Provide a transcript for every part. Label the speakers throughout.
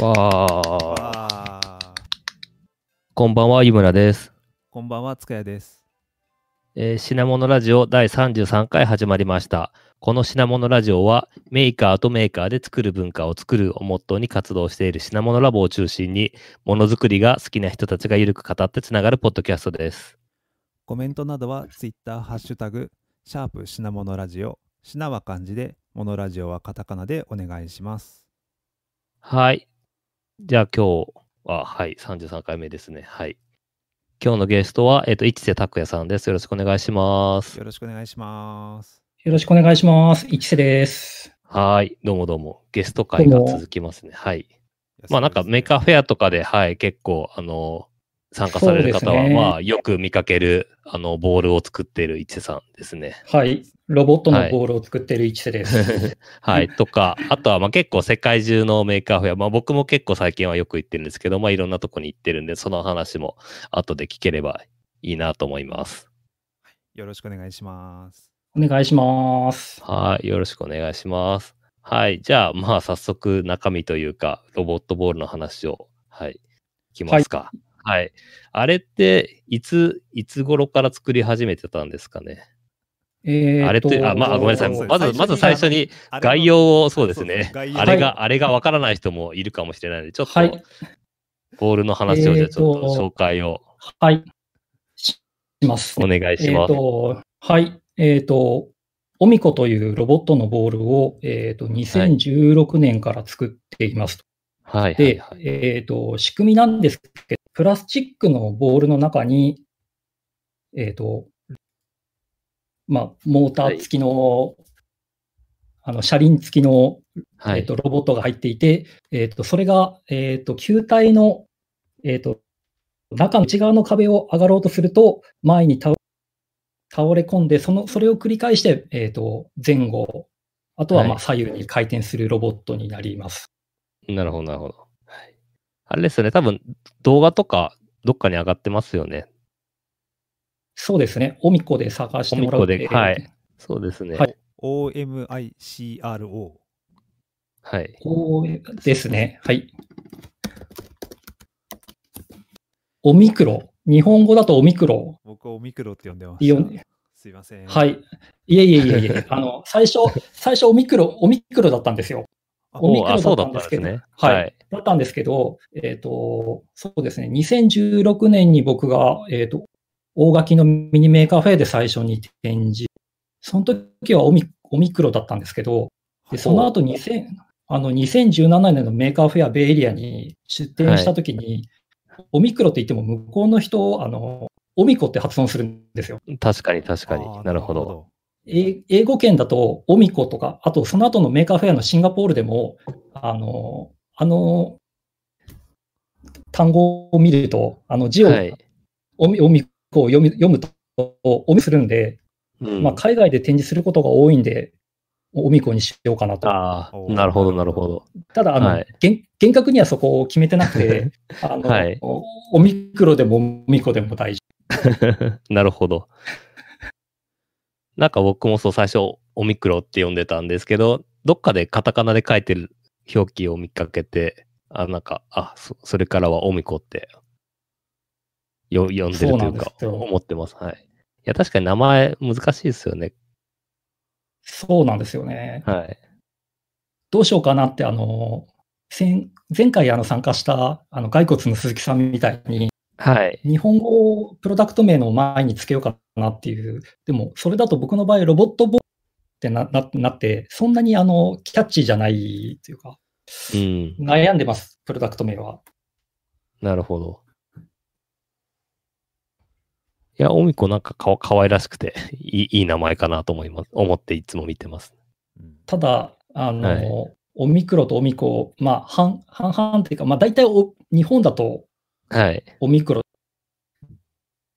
Speaker 1: わあ、
Speaker 2: ああ。
Speaker 1: こんばんは、湯村です。
Speaker 2: こんばんは、つかやです。
Speaker 1: えー品物ラジオ第33回始まりました。この品物ラジオは、メーカーとメーカーで作る文化を作るをモットーに活動している品物ラボを中心に、ものづくりが好きな人たちがゆるく語ってつながるポッドキャストです。
Speaker 2: コメントなどは、ツイッター、ハッシュタグ、シャープ、しなものラジオ。しなは漢字で、ものラジオはカタカナでお願いします。
Speaker 1: はい。じゃあ今日は、はい、33回目ですね。はい。今日のゲストは、えっ、と、一瀬拓也さんです。よろしくお願いします
Speaker 2: よ。ろしくお願いします。
Speaker 3: よろしくお願いします。一瀬です。
Speaker 1: はい。どうもどうも。ゲスト会が続きますね。はい。まあなんかメーカーフェアとかで、はい、結構、あの、参加される方
Speaker 3: そう
Speaker 1: は、
Speaker 3: ですね
Speaker 1: まあよく見かける、あの、ボールを作ってる一瀬さんですね。
Speaker 3: はい。ロボットのボールを作ってる一瀬です。
Speaker 1: はい。 とか、あとはまあ結構世界中のメーカーフェア、まあ僕も結構最近はよく行ってるんですけど、まあいろんなとこに行ってるんで、その話も後で聞ければいいなと思います。
Speaker 2: よろしくお願いします。
Speaker 3: お願いします。
Speaker 1: はい。よろしくお願いします。はい。じゃあ、まあ早速中身というか、ロボットボールの話を、はい。いきますか。はい。あれって、いつ、いつ頃から作り始めてたんですかね。
Speaker 3: えーと
Speaker 1: あれって、あ、まあごめんなさい。
Speaker 2: そう
Speaker 1: まず、まず最初に概要を、そうですね。
Speaker 2: 概要
Speaker 1: あれ
Speaker 3: は
Speaker 1: が、あれがわからない人もいるかもしれないので、ちょっ
Speaker 3: は
Speaker 1: と
Speaker 3: い。
Speaker 1: ボールの話を、じゃあちょっ
Speaker 3: えー
Speaker 1: と
Speaker 3: と
Speaker 1: 紹介を
Speaker 3: はい。しします。
Speaker 1: お願いします
Speaker 3: えっ、。と、はい。えっ、と、オミコというロボットのボールを、えっ、と、2016年から作っています。
Speaker 1: はい。はい
Speaker 3: で
Speaker 1: は、い
Speaker 3: えっ、と、仕組みなんですけど、プラスチックのボールの中に、えっ、と、まあ、モーター付きの、あの、車輪付きの、
Speaker 1: は
Speaker 3: えっ
Speaker 1: い。
Speaker 3: と、ロボットが入っていて、えっ、と、それが、えっ、と、球体の、えっ、と、中の内側の壁を上がろうとすると、前に倒倒れ込んで、その、それを繰り返して、えっ、と、前後、あとは、ま
Speaker 1: は
Speaker 3: あ、左右に回転するロボットになります。
Speaker 1: なるほど、なるほど。はいあれですよね。多分、動画とか、どっかに上がってますよね。
Speaker 3: そうですね。オミコで探してもらう
Speaker 1: オミコで
Speaker 3: えー
Speaker 1: はいそうですね。
Speaker 3: は
Speaker 1: はい
Speaker 3: い。
Speaker 2: OMICRO。
Speaker 3: こうですね。はい。オミクロ。日本語だとオミクロ。
Speaker 2: 僕はオミクロって呼んでま
Speaker 3: いいよ
Speaker 2: す
Speaker 3: ね。
Speaker 2: すいません。
Speaker 3: はい。いえいえいえいえ。あの、最初、最初オミクロ、オミクロだったんですよ。
Speaker 2: あ
Speaker 3: オミ
Speaker 1: お
Speaker 3: ク
Speaker 1: あ、そ
Speaker 3: ロ
Speaker 1: うだ
Speaker 3: だっ
Speaker 1: った
Speaker 3: ん
Speaker 1: た
Speaker 3: で
Speaker 1: んですす
Speaker 3: けど、
Speaker 1: ね。
Speaker 3: はい
Speaker 1: はい。
Speaker 3: だったんですけど、えっ、と、そうですね。2016年に僕が、えっ、と、大垣のミニメーカーフェアで最初に展示。その時はオミオミクロだったんですけど、でその後2000あの2017年のメーカーフェアベイエリアに出展したときに、オミクロって言っても向こうの人をあの、オミコって発音するんですよ。
Speaker 1: 確かに、確か
Speaker 2: あ
Speaker 1: に
Speaker 2: ー
Speaker 1: なるほど。。
Speaker 3: え英語圏だとオミコとか、あとその後のメーカーフェアのシンガポールでも、あの、あの、単語を見ると、あの字を、
Speaker 1: はい。
Speaker 3: オミオミコを読み読むと、オミするんで、
Speaker 1: うん
Speaker 3: まあ、海外で展示することが多いんで、オミコにしようかなと。
Speaker 1: あ
Speaker 2: お
Speaker 1: あ、
Speaker 2: ー
Speaker 1: なるほど、なるほど。
Speaker 3: ただ、あの、
Speaker 1: はい
Speaker 3: 厳厳格にはそこを決めてなくて、あの、
Speaker 1: はい
Speaker 3: おオミクロでもオミコでも大丈
Speaker 1: なるほど。なんか僕もそう、最初、オミクロって呼んでたんですけど、どっかでカタカナで書いてる表記を見かけて、あ、なんか、あ、そそれからはオミコって、よ、呼んでるというか、
Speaker 3: そうなんですよ
Speaker 1: 思ってます。はい。いや、確かに名前難しいですよね。
Speaker 3: 夫。そうなんですよね。
Speaker 1: はい。
Speaker 3: どうしようかなって、あの、先前回あの参加したあの骸骨の鈴木さんみたいに、
Speaker 1: はい。
Speaker 3: 日本語をプロダクト名の前につけようかなっていう、でも、それだと僕の場合、ロボットボールってなななって、そんなにあのキャッチーじゃないというか、
Speaker 1: うん。
Speaker 3: 悩んでます、プロダクト名は。
Speaker 1: なるほど。いや、オミコなんかかわ可愛らしくて いい、いい名前かなと思います。思っていつも見てます。
Speaker 2: うん
Speaker 3: ただ、あの、
Speaker 1: はい
Speaker 3: オミクロとオミコ、まあ、半半々っていうか、まあ、大体お日本だと
Speaker 1: はい。
Speaker 3: オミクロ、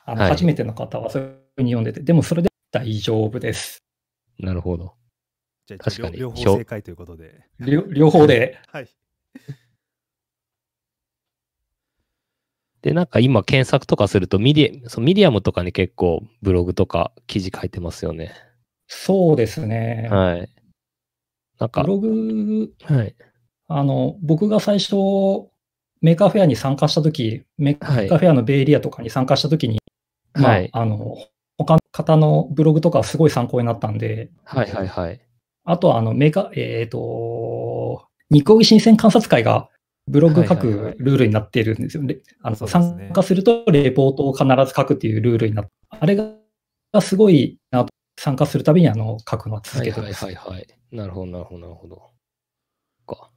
Speaker 3: あの
Speaker 1: はい
Speaker 3: 初めての方はそういうふうに読んでて、でもそれで大丈夫です。
Speaker 1: なるほど。
Speaker 2: じゃあ
Speaker 1: 確かに
Speaker 2: 両両方正解ということで。
Speaker 3: 両両方で。
Speaker 2: はい。
Speaker 1: で、なんか今検索とかするとミディ、そうミディアムとかに結構ブログとか記事書いてますよね。
Speaker 3: そうですね。
Speaker 1: はい。なんか
Speaker 3: ブ、ログ、
Speaker 1: はい。
Speaker 3: あの、僕が最初、メーカーフェアに参加したとき、メー
Speaker 1: はい
Speaker 3: カー。フェアのベイエリアとかに参加したときに、
Speaker 1: はい。
Speaker 3: まあ、あの、他の方のブログとかすごい参考になったんで、
Speaker 1: はいはいはい。
Speaker 3: あとは、あの、メーカー、えっ、と、日光新鮮観察会がブログ
Speaker 1: は
Speaker 3: 書
Speaker 1: いはいはい
Speaker 3: くルールになっているんですよね。あの
Speaker 2: そうですね
Speaker 3: 参加するとレポートを必ず書くっていうルールになって、あれがすごいなと、参加するたびにあの書くのは続
Speaker 1: はい
Speaker 3: けて
Speaker 1: は
Speaker 3: ま
Speaker 1: い
Speaker 3: す。
Speaker 1: はいはい。なるほど、なるほど、なるほど。か。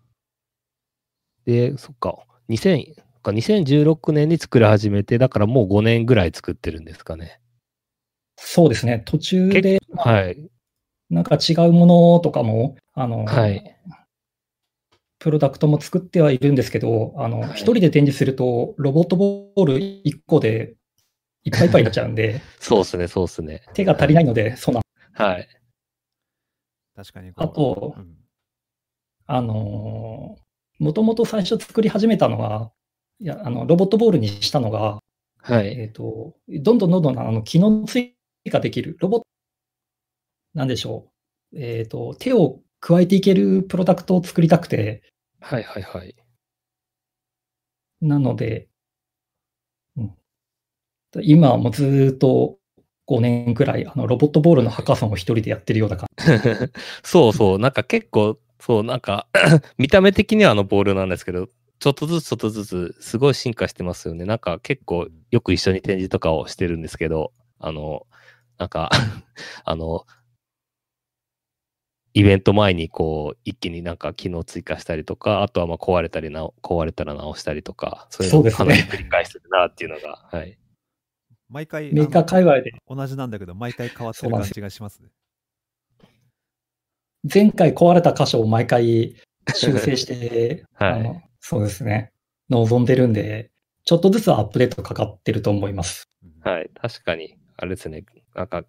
Speaker 1: で、そっか。2000そっか2016年に作り始めて、だからもう5年ぐらい作ってるんですかね。
Speaker 3: そうですね。途中
Speaker 1: 結
Speaker 3: で
Speaker 1: はい。
Speaker 3: なんか違うものとかも、あの、
Speaker 1: はい。
Speaker 3: プロダクトも作ってはいるんですけど、あの、一、
Speaker 1: はい
Speaker 3: 人で展示すると、ロボットボール1個でいっぱいいっぱいになっちゃう んで、
Speaker 1: そうっすね、そうっすね。
Speaker 3: 手が足りないので、そうなん
Speaker 1: はい。
Speaker 2: 確かにこう。
Speaker 3: あと
Speaker 2: うん
Speaker 3: あのー、もともと最初作り始めたのが、いや、あの、ロボットボールにしたのが、
Speaker 1: はい。
Speaker 3: えっ、と、どんどんどんどん、あの、機能追加できる、ロボット、なんでしょう。えっ、と、手を加えていけるプロダクトを作りたくて、
Speaker 1: はいはいはい。
Speaker 3: なので、うん、今はもうずーっと5年くらい、あの、ロボットボールのハッカソンを一人でやってるような感じ。
Speaker 1: そうそう、なんか結構、そう、なんか、 見た目的にはあのボールなんですけど、ちょっとずつちょっとずつ、すごい進化してますよね。なんか結構、よく一緒に展示とかをしてるんですけど、あの、なんか、 あの、イベント前にこう、一気になんか機能追加したりとか、あとはまあ壊れたりなお、壊れたら直したりとか、そういうの
Speaker 3: そ
Speaker 1: を
Speaker 3: うです
Speaker 1: か
Speaker 3: ね
Speaker 1: なり繰り返してるなっていうのが、はい。
Speaker 2: 毎回、
Speaker 3: メーカー界隈で、
Speaker 2: あの同じなんだけど、毎回変わって
Speaker 3: そう
Speaker 2: る
Speaker 3: なん
Speaker 2: 感
Speaker 3: です
Speaker 2: じがしますね。
Speaker 3: 前回壊れた箇所を毎回修正して、
Speaker 1: はい
Speaker 3: あのそうですね、望んでるんで、ちょっとずつアップデートかかってると思います。
Speaker 2: うん
Speaker 1: はい、確かに、あれですね、なんか、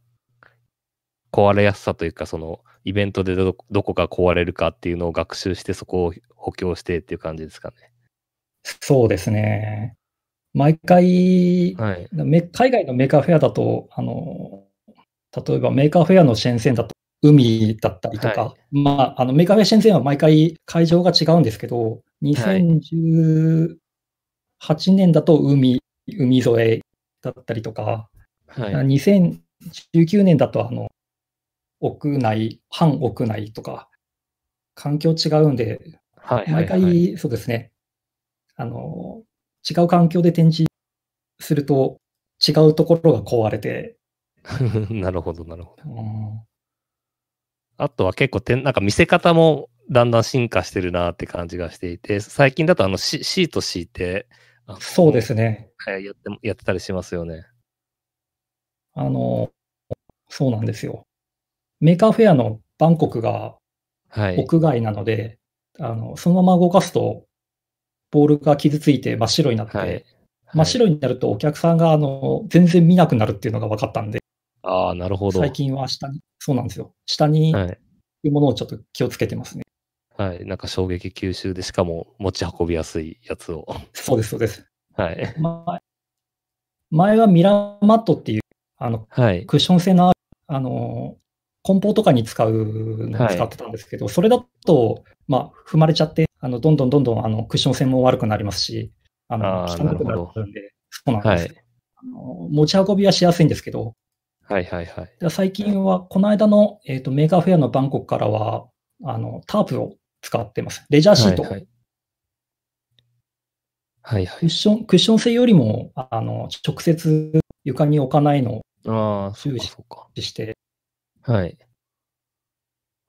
Speaker 1: 壊れやすさというか、その、イベントでどこどこが壊れるかっていうのを学習して、そこを補強してっていう感じですか
Speaker 3: そうですね。毎
Speaker 1: ね。
Speaker 3: 回、
Speaker 1: はい。
Speaker 3: め海外のメーカーフェアだと、あの、例えばメーカーフェアのシェンセンだと、海だったりとか、
Speaker 1: は
Speaker 3: まあ、あのメーカーフェアシェンセンは毎回会場が違うんですけど、
Speaker 1: はい
Speaker 3: 2018年だと海、海沿いだったりとか、
Speaker 1: はい。
Speaker 3: 2019年だとあの屋内、半屋内とか、環境違うんで、
Speaker 1: はい。
Speaker 3: 毎
Speaker 1: はいはい、
Speaker 3: 回、そうですね、あの、違う環境で展示すると、違うところが壊れて、
Speaker 1: なるほど、なるほど。
Speaker 3: うん
Speaker 1: あとは結構てん、なんか見せ方もだんだん進化してるなって感じがしていて、最近だとあのシシート敷いて、あの
Speaker 3: そうで、すね、
Speaker 1: はいやっても。やってたりしますよね。
Speaker 3: あの、そうなんですよ。メーカーフェアのバンコクが
Speaker 1: はい。
Speaker 3: 屋外なので、あのそのまま動かすと、ボールが傷ついて真っ白になって、
Speaker 1: はい。
Speaker 3: 真っ白になるとお客さんがあの全然見なくなるっていうのが分かったんで、
Speaker 1: ああ、なるほど。
Speaker 3: 最近は下に、そうなんですよ。下に
Speaker 1: はい
Speaker 3: 行。くものをちょっと気をつけてますね。
Speaker 1: はい。なんか衝撃吸収で、しかも持ち運びやすいやつ を。
Speaker 3: そうです、そうです。
Speaker 1: はい。
Speaker 3: 前前はミラーマットっていう、あの、
Speaker 1: はい。
Speaker 3: クッション性のある、あの、梱包とかに使うのを使ってたんですけど、それだと、まあ、踏まれちゃって、あの、どんどんどんどん、あの、クッション性も悪くなりますし、あの、
Speaker 1: あー
Speaker 3: 汚く
Speaker 1: な
Speaker 3: な
Speaker 1: るほ
Speaker 3: るんで、そうなん
Speaker 1: は
Speaker 3: です、
Speaker 1: い。
Speaker 3: あの持ち運びはしやすいんですけど、
Speaker 1: はいはいはい。
Speaker 3: で最近は、この間の、えー、とメーカーフェアのバンコクからは、あのタープを使ってます。レジャーシート。
Speaker 1: はいはい。はいは
Speaker 3: クッ
Speaker 1: い。
Speaker 3: ションクッション性よりもあの直接床に置かないのを
Speaker 1: ああ、そう
Speaker 3: 注
Speaker 1: か
Speaker 3: 視
Speaker 1: そうか。
Speaker 3: して、
Speaker 1: はい。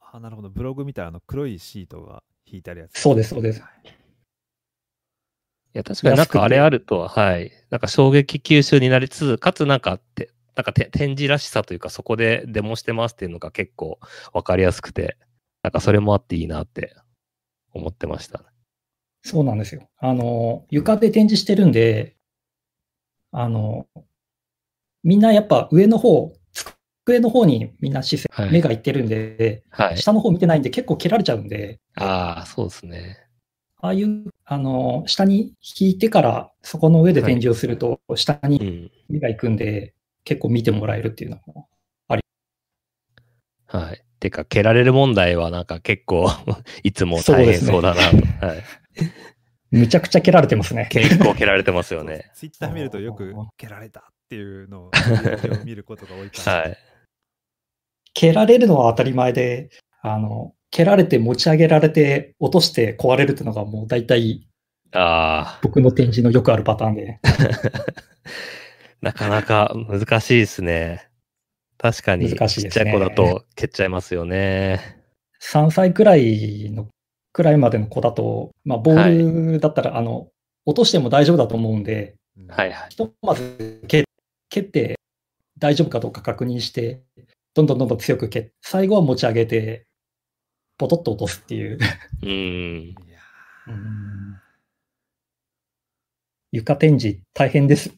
Speaker 2: あ、なるほど。ブログ見たら、あの、黒いシートが引いてあるやつ。
Speaker 3: そうですそうです
Speaker 2: はい
Speaker 1: いや、確かになんかあれあるとは、はい。なんか衝撃吸収になりつつ、かつなんかって、なんかて展示らしさというか、そこでデモしてますっていうのが結構わかりやすくて、なんかそれもあっていいなって思ってました。
Speaker 3: そうなんですよ。あの床で展示してるんで、あのみんなやっぱ上の方、机の方にみんな視線、
Speaker 1: はい
Speaker 3: 目がいってるんで、
Speaker 1: はい。
Speaker 3: 下の方見てないんで結構蹴られちゃうんで、
Speaker 1: ああ、そうですね。
Speaker 3: ああいう、あの、下に引いてから、そこの上で展示をすると、下
Speaker 1: う
Speaker 3: に
Speaker 1: ん。
Speaker 3: 目が行くんで、結構見てもらえるっていうのも。
Speaker 1: はい。てか、蹴られる問題はなんか結構、 いつも
Speaker 3: そう
Speaker 1: 大
Speaker 3: で
Speaker 1: 変
Speaker 3: すね
Speaker 1: そうだな。はい、
Speaker 3: むちゃくちゃ 蹴られてますね。
Speaker 1: 結構蹴られてますよね。
Speaker 2: ツイッター見るとよく蹴られたっていうのを見ることが多いから。
Speaker 1: はい。
Speaker 3: 蹴られるのは当たり前で、あの、蹴られて持ち上げられて落として壊れるっていうのがもう大体
Speaker 1: ああ、
Speaker 3: 僕の展示のよくあるパターンで、
Speaker 1: なかなか難しいですね。確かに、
Speaker 3: 難し
Speaker 1: ち
Speaker 3: い
Speaker 1: っ
Speaker 3: で
Speaker 1: ち
Speaker 3: すね
Speaker 1: ゃい子だと蹴っちゃいますよね。
Speaker 3: 3歳くらいの、くらいまでの子だと、まあ、ボールだったら、あの、落としても大丈夫だと思うんで、
Speaker 2: うん
Speaker 1: はいはい。
Speaker 3: ひとまず蹴蹴って、大丈夫かどうか確認して、どんどんどんどん強く蹴って、最後は持ち上げて、ポトッと落とすっていう。
Speaker 1: うん。
Speaker 2: いや
Speaker 3: 床展示大変です。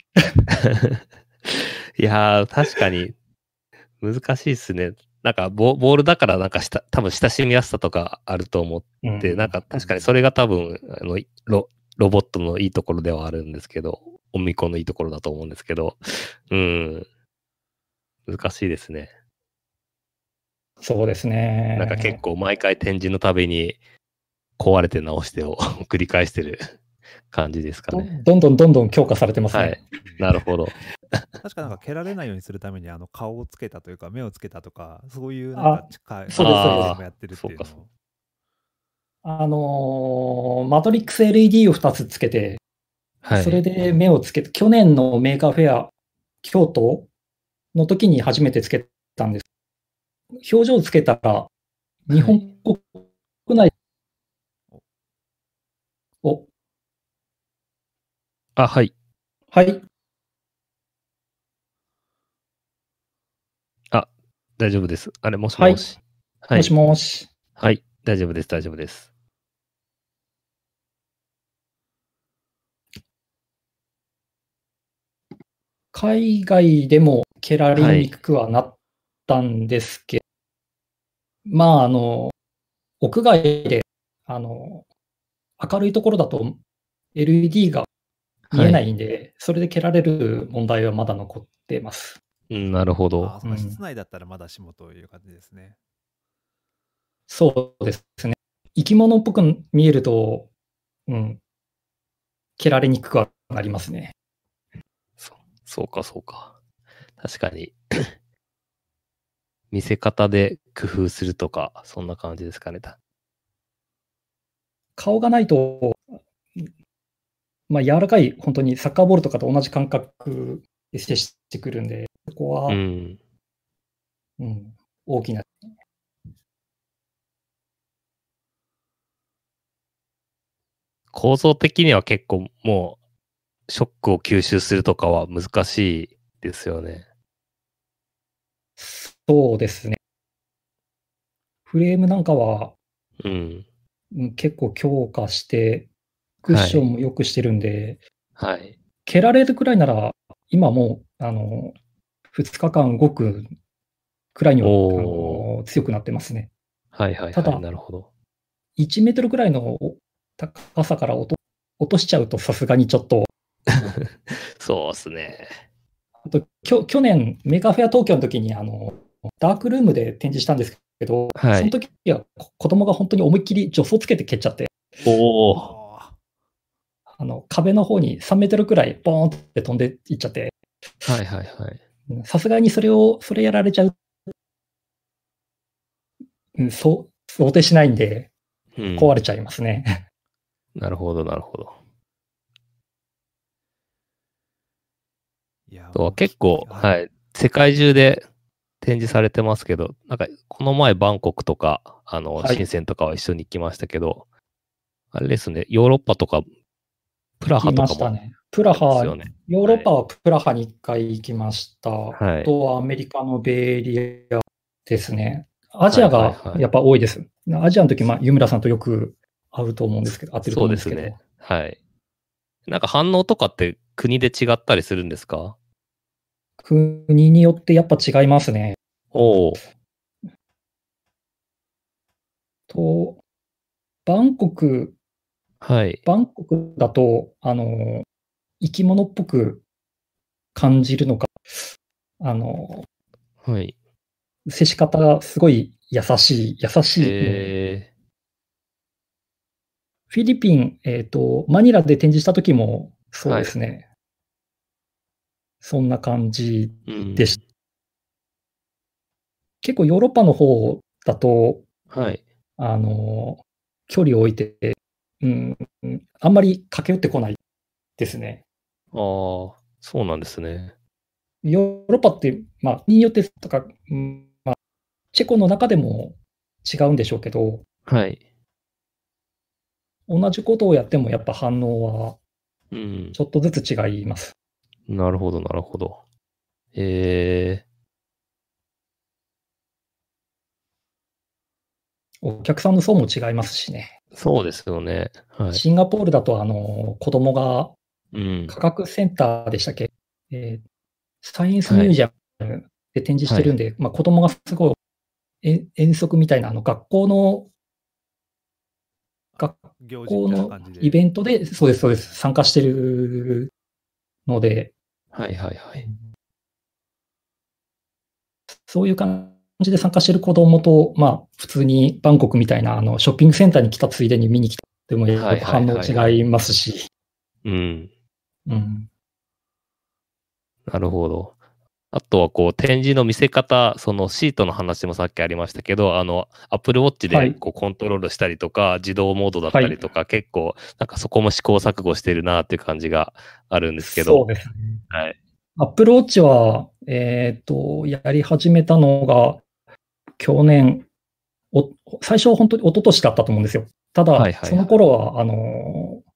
Speaker 1: いやー、確かに難しいですね。なんかボ、ボールだから、なんかした、多分親しみやすさとかあると思って、なんか確かにそれが多分、あの、ロ、ロボットのいいところではあるんですけど、オミコンのいいところだと思うんですけど、うん。難しいですね。
Speaker 3: そうですね。
Speaker 1: なんか結構毎回展示のたびに壊れて直してを 繰り返してる感じですかね。
Speaker 3: どんどんどんどん強化されてますね。
Speaker 1: はい。なるほど。
Speaker 2: 確かなんか蹴られないようにするためにあの顔をつけたというか目をつけたとかそういうなんか近い
Speaker 3: そうですそうです
Speaker 2: もやってるっていう
Speaker 1: あーそうか
Speaker 2: の
Speaker 3: あのーマトリックス LED を2つつけて、
Speaker 1: はい。
Speaker 3: それで目をつけて、去年のメーカーフェア、京都の時に初めてつけたんです。表情をつけたら、日本国内、お、
Speaker 1: あ、はい。
Speaker 3: はい、
Speaker 1: 大丈夫です。あれ、もしもし。は
Speaker 3: もしもし。
Speaker 1: はい、大丈夫です、大丈夫です。
Speaker 3: 海外でも蹴られにくくはなったんですけど、まあ、あの、屋外で、あの、明るいところだと LED が見えないんで、それで蹴られる問題はまだ残ってます。
Speaker 1: うん、なるほ
Speaker 2: を。あ
Speaker 1: ど
Speaker 2: ー。そうか
Speaker 3: うん
Speaker 2: 室内だったらまだしもという感じですね。
Speaker 3: そうですね。生き物っぽく見えると、うん、蹴られにくくはなりますね。
Speaker 1: そうか、そうか。確かに。 見せ方で工夫するとか、そんな感じですかね。た
Speaker 3: 顔がないと、まあ、柔らかい、本当にサッカーボールとかと同じ感覚で接してくるんで、そこ
Speaker 1: う
Speaker 3: は、
Speaker 1: ん。
Speaker 3: うん大きな。
Speaker 1: 構造的には結構もう、ショックを吸収するとかは難しいですよね。
Speaker 3: そうですね。フレームなんかは、
Speaker 1: うん。
Speaker 3: うん結構強化して、クッションも良くしてるんで、
Speaker 1: はい。
Speaker 3: 蹴られるくらいなら、今もう、あの、2日間動くくらいにはあ
Speaker 1: お
Speaker 3: の強くなってますね。
Speaker 1: はいはい
Speaker 3: た
Speaker 1: は
Speaker 3: だ
Speaker 1: い。なるほど。
Speaker 3: 1メートルくらいの高さから落と落としちゃうとさすがにちょっと
Speaker 1: そうですね。
Speaker 3: あときょ去年、メーカーフェア東京の時にあのダークルームで展示したんですけど、
Speaker 1: はい
Speaker 3: その時はこ子供が本当に思いっきり助走つけて蹴っちゃって、
Speaker 1: おお。
Speaker 2: おー
Speaker 3: あの壁の方に3メートルくらい、ボーンって飛んでいっちゃって、
Speaker 1: はいはいはい。
Speaker 3: うんさすがにそれを、それやられちゃう、うん、そう想定しないんで、
Speaker 1: うん、
Speaker 3: 壊れちゃいますね。
Speaker 1: なるほど、なるほど。
Speaker 2: いや。
Speaker 1: あとは結構、はいい、世界中で展示されてますけど、なんか、この前、バンコクとか、あの、
Speaker 3: はい
Speaker 1: 深センとかは一緒に行きましたけど、あれですね、ヨーロッパとか、プラハ
Speaker 3: 行き
Speaker 1: と
Speaker 3: ま
Speaker 1: か
Speaker 3: した
Speaker 1: もで
Speaker 3: ね。プラ
Speaker 1: すよ
Speaker 3: ハ、
Speaker 1: ね。
Speaker 3: ヨーロッパはプラハに1回行きました。
Speaker 1: はい
Speaker 3: あとはアメリカのベイエリアですね。アジア
Speaker 1: はいはい
Speaker 3: が
Speaker 1: はい
Speaker 3: やっぱ多いです。アジアの時、まあ、湯村さんとよく会うと思うんですけど、会ってると思うんですけど。
Speaker 1: そうですはい。なんか反応とかって国で違ったりするんですか
Speaker 3: 国によってやっぱ違いますね。
Speaker 1: おお。
Speaker 3: と、バンコク、
Speaker 1: はい。
Speaker 3: バンコクだと、あの、生き物っぽく感じるのか、あの、
Speaker 1: はい。
Speaker 3: 接し方がすごい優しい、優しい。
Speaker 1: え
Speaker 3: フィリピン、えっ、と、マニラで展示した時も、そうですね。そんな感じ。
Speaker 1: ーうん
Speaker 3: でし結構ヨーロッパの方だと、
Speaker 1: はい。
Speaker 3: あの、距離を置いて、うん、うんあんまり駆け寄ってこないですね。
Speaker 1: ああ、そうなんですね。
Speaker 3: ヨーロッパって、まあ、国によってとか、うんまあ、チェコの中でも違うんでしょうけど、
Speaker 1: はい。
Speaker 3: 同じことをやってもやっぱ反応は
Speaker 1: うん
Speaker 3: ち。ょっとずつ違います。
Speaker 1: なるほど、なるほど。え
Speaker 3: お客さんの層も違いますしね。
Speaker 1: ー、そうですよね。はい。
Speaker 3: シンガポールだと、あの、子供が
Speaker 1: うん。
Speaker 3: 科学センターでしたっけ、えーサイエンスミュージアムで展示してるんで、まあ、子供がすごいえ遠足みたいな、あの、学校の、学
Speaker 2: 行事
Speaker 3: 校
Speaker 2: みたいな
Speaker 3: の
Speaker 2: 感じで。
Speaker 3: イベントで、そうです、そうです、参加してるので、
Speaker 1: はいはいはい。
Speaker 3: そういう感じで参加してる子供と、まあ、普通にバンコクみたいな、あの、ショッピングセンターに来たついでに見に来たでも、やっぱ反応違いますし、
Speaker 1: うん。
Speaker 3: うん。
Speaker 1: なるほど。あとはこう展示の見せ方、そのシートの話もさっきありましたけど、あの Apple Watch
Speaker 3: は
Speaker 1: で
Speaker 3: い
Speaker 1: こうコントロールしたりとか、自動モードだったりとか、結構なんかそこも試行錯誤してるなっていう感じがあるんですけ
Speaker 3: そう
Speaker 1: ど、
Speaker 3: ですね。
Speaker 1: はい。
Speaker 3: アップルウォッチは、えっ、と、やり始めたのが、去年、お最初は本当に一昨年だったと思うんですよ。ただ、
Speaker 1: はいはいはい
Speaker 3: その頃は、あのー、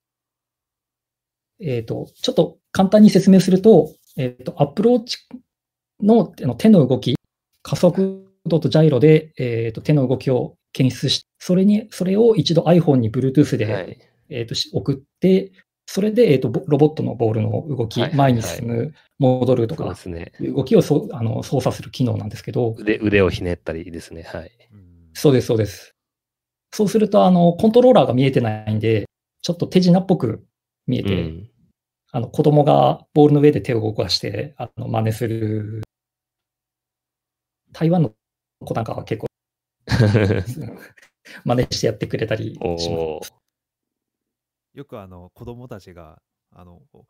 Speaker 3: えっ、と、ちょっと簡単に説明すると、えっ、と、アップルウォッチのあの手の動き、加速度とジャイロで、えっ、と、手の動きを検出し、それに、それを一度 iPhone に Bluetooth で、
Speaker 1: はい、
Speaker 3: えー、とし送って、それで、えー、とボロボットのボールの動き、
Speaker 1: はいはいはい
Speaker 3: 前に進む、戻ると
Speaker 1: そうで
Speaker 3: か、
Speaker 1: すね。
Speaker 3: いう動きをそうあの操作する機能なんですけど、
Speaker 1: 腕腕をひねったりですね。はい。
Speaker 2: うん
Speaker 3: そうです、そうです。そうするとあの、コントローラーが見えてないんで、ちょっと手品っぽく見え
Speaker 1: う
Speaker 3: て、
Speaker 1: ん、
Speaker 3: あの子供がボールの上で手を動かして、あの真似する。台湾の子なんかは結構 真似してやってくれたり
Speaker 1: お
Speaker 3: します。
Speaker 1: おー、
Speaker 2: よくあの子供たちがあのお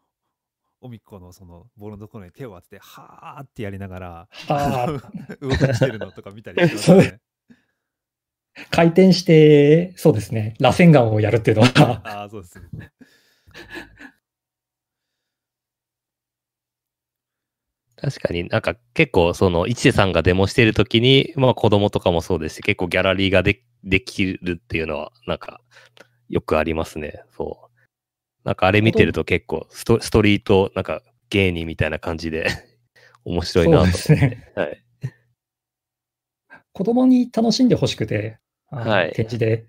Speaker 2: おみっこのそのボールのところに手を当ててはーってやりながら
Speaker 3: あー
Speaker 2: 動かしてるのとか見たりしますよね。
Speaker 3: 回転して、そうですね、螺旋丸をやるっていうのは、
Speaker 2: ああそうですね。
Speaker 1: 確かになんか結構その一瀬さんがデモしている時に、まあ子供とかもそうですし、結構ギャラリーがでできるっていうのはなんかよくありますね。そう。なんかあれ見てると結構ストストリートなんか芸人みたいな感じで 面白いなと
Speaker 3: そうですね。
Speaker 1: はい。
Speaker 3: 子供に楽しんでほしくて、あの
Speaker 1: はい
Speaker 3: 展示で。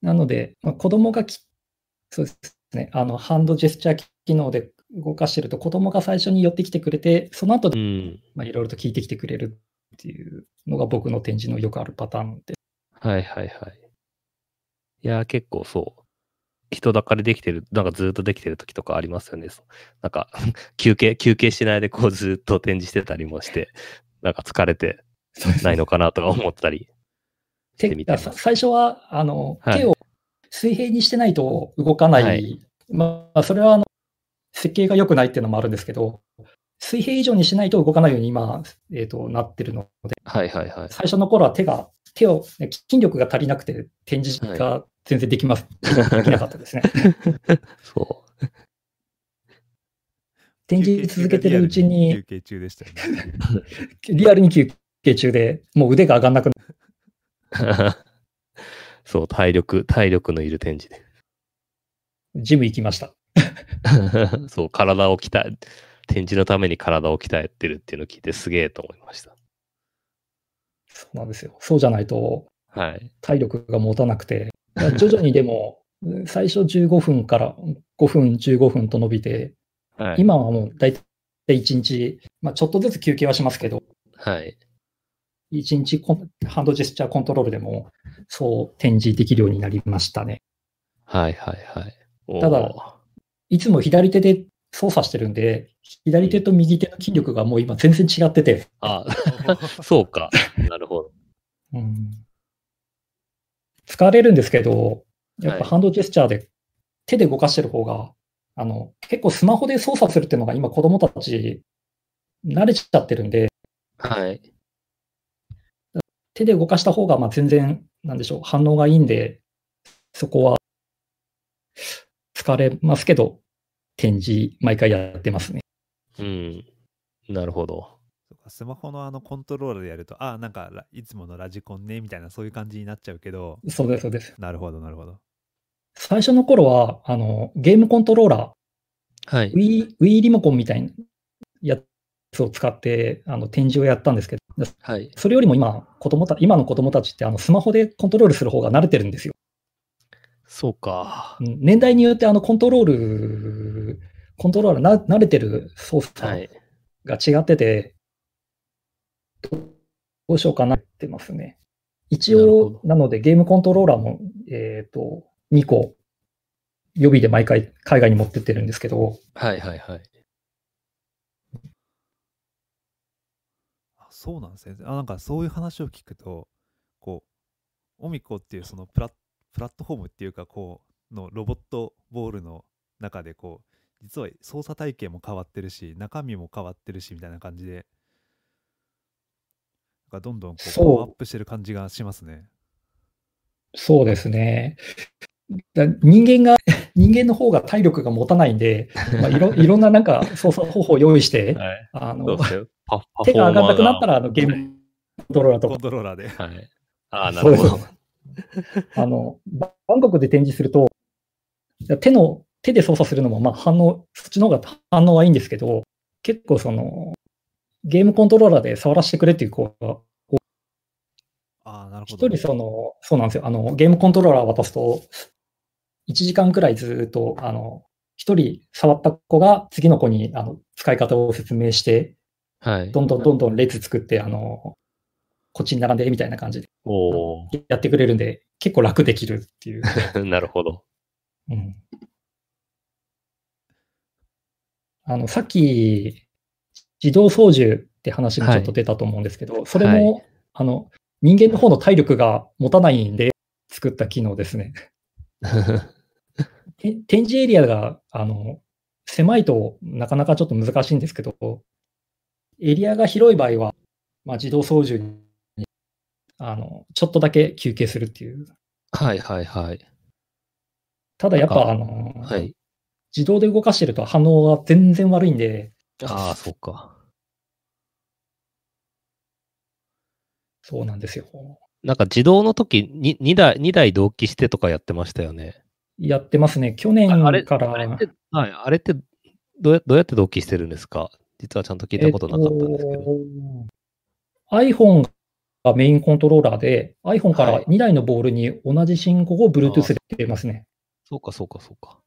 Speaker 3: なので、まあ、子供がき、そうですね、あの、ハンドジェスチャー機能で動かしてると、子供が最初に寄ってきてくれて、その後
Speaker 1: う
Speaker 3: で、
Speaker 1: ん。
Speaker 3: まあ、いろいろと聞いてきてくれるっていうのが僕の展示のよくあるパターンで。
Speaker 1: はいはいはい。いやー結構そう。人だかりできてる、なんかずーっとできてる時とかありますよね。そうなんか 休憩、休憩しないでこうずーっと展示してたりもして、なんか疲れてないのかなとか思ったり。
Speaker 3: 手
Speaker 1: てみてます
Speaker 3: さ最初は、あの、
Speaker 1: はい
Speaker 3: 手を水平にしてないと動かない。
Speaker 1: はい
Speaker 3: まあ、それは、あの、設計が良くないっていうのもあるんですけど、水平以上にしないと動かないように今、えっ、と、なってるので、
Speaker 1: はいはいはい。
Speaker 3: 最初の頃は手が、手を、ね筋力が足りなくて展示が全然できます。できなかっ たですね。
Speaker 1: そ
Speaker 3: 展示続けてるうちに
Speaker 2: 休、憩中でしたよ ね。
Speaker 3: リアルに休憩中で、もう腕が上がんなくなる。
Speaker 1: う。 そう、体力、体力のいる展示
Speaker 3: ジム行きました。
Speaker 1: で。 そう、体を鍛え、展示のために体を鍛えてるっていうのを聞いてすげえと思いました。
Speaker 3: そうなんですよ。そうじゃないと、
Speaker 1: はい。
Speaker 3: 体力が持たなくて、徐々にでも、最初15分から5分、15分と伸びて、
Speaker 1: はい、
Speaker 3: 今はもう大体1日、まあ、ちょっとずつ休憩はしますけど、
Speaker 1: はい。
Speaker 3: 1日コンハンドジェスチャーコントロールでも、そう展示できるようになりましたね。
Speaker 1: はいはいはい。おー
Speaker 3: ただ、いつも左手で操作してるんで、左手と右手の筋力がもう今全然違ってて、
Speaker 1: あ、 そうか。 なるほど。
Speaker 3: うん、疲れるんですけど、やっ
Speaker 1: はい
Speaker 3: ぱハンドジェスチャーで手で動かしてる方が、あの、結構スマホで操作するっていうのが今子供たち慣れちゃってるんで、
Speaker 1: はい。
Speaker 3: 手で動かした方がまあ全然、なんでしょう、反応がいいんで、そこは疲れますけど、展示毎回やってますね。
Speaker 1: うん。なるほど。
Speaker 2: そうかスマホのあのコントローラーでやると、ああ、なんかラいつものラジコンね、みたいなそういう感じになっちゃうけど、
Speaker 3: そうです、そうです。
Speaker 2: なるほど、なるほど。
Speaker 3: 最初の頃は、あの、ゲームコントローラー、
Speaker 1: はい。
Speaker 3: Wii, Wii リモコンみたいなやつを使ってあの展示をやったんですけど、
Speaker 1: はい。
Speaker 3: それよりも今、子供た今の子供たちってあのスマホでコントロールする方が慣れてるんですよ。
Speaker 1: そうか
Speaker 3: う。ん年代によってあのコントロール、コントローラーな慣れてる操作
Speaker 1: はい。
Speaker 3: が違ってて、どうしようかなってますね。一
Speaker 1: なるほ
Speaker 3: 応
Speaker 1: ど、
Speaker 3: なのでゲームコントローラーも、えっ、と、2個予備で毎回海外に持ってってるんですけど、
Speaker 1: はいはいはい。
Speaker 2: あそうなんですね。あなんかそういう話を聞くと、こう、オミコっていうそのプラプラットフォームっていうか、こう、のロボットボールの中で、こう、実は操作体系も変わってるし、中身も変わってるし、みたいな感じで、なんかどんどんこうパ
Speaker 3: そう
Speaker 2: ワーアップしてる感じがしますね。
Speaker 3: そうですね。だ人間が、 人間の方が体力が持たないんで、まあ、いろいろんななんか操作方法を用意して、
Speaker 1: はい。
Speaker 3: あ
Speaker 1: ど
Speaker 3: の
Speaker 1: うしてパパフ
Speaker 3: 手
Speaker 1: ォー
Speaker 3: が
Speaker 1: マー
Speaker 3: 上がんなくなったらあのゲームコントローラーと
Speaker 2: コ
Speaker 3: か
Speaker 2: ン、トローラーで。
Speaker 1: ら。はい。ああ、なるほ
Speaker 3: そ
Speaker 1: ど
Speaker 3: う。あのババンコクで展示すると、手の手で操作するのもまあ反応、そっちの方が反応はいいんですけど、結構その、ゲームコントローラーで触らせてくれっていう子が、
Speaker 2: ああ、なるほど。
Speaker 3: 一人その、そうなんですよ、あのゲームコントローラー渡すと、1時間くらいずっと、あの、一人触った子が次の子にあの使い方を説明して、
Speaker 1: はい。
Speaker 3: どんどんどんどん列作って、あの、こっちに並んでみたいな感じで
Speaker 1: おお。
Speaker 3: やってくれるんで、結構楽できるっていう。
Speaker 1: なるほど。
Speaker 3: うんあの、さっき、自動操縦って話がちょっと出たと思うんですけど、それも、あの、人間の方の体力が持たないんで作った機能ですね。て展示エリアが、あの、狭いとなかなかちょっと難しいんですけど、エリアが広い場合は、まあ、自動操縦に、あの、ちょっとだけ休憩するっていう。
Speaker 1: はいはいはい。
Speaker 3: ただやっ
Speaker 1: なん
Speaker 3: ぱ、
Speaker 1: か
Speaker 3: あの、
Speaker 1: はい。
Speaker 3: 自動で動かしてると反応が全然悪いんで、
Speaker 1: ああ、そうか。
Speaker 3: そうなんですよ。
Speaker 1: なんか自動の時に2台、二台同期してとかやってましたよね。
Speaker 3: やってますね。去年
Speaker 1: あれ
Speaker 3: か
Speaker 1: あれ
Speaker 3: ら
Speaker 1: っ、て、はい、あれってどうやどうやって同期してるんですか実はちゃんと聞いたことなかったんですけど。
Speaker 3: えっと iPhone がメインコントローラーで、iPhone か
Speaker 1: は
Speaker 3: ら
Speaker 1: い
Speaker 3: 2台のボールに同じ信号を Bluetooth で出ますね。
Speaker 1: そうかそうかそうか。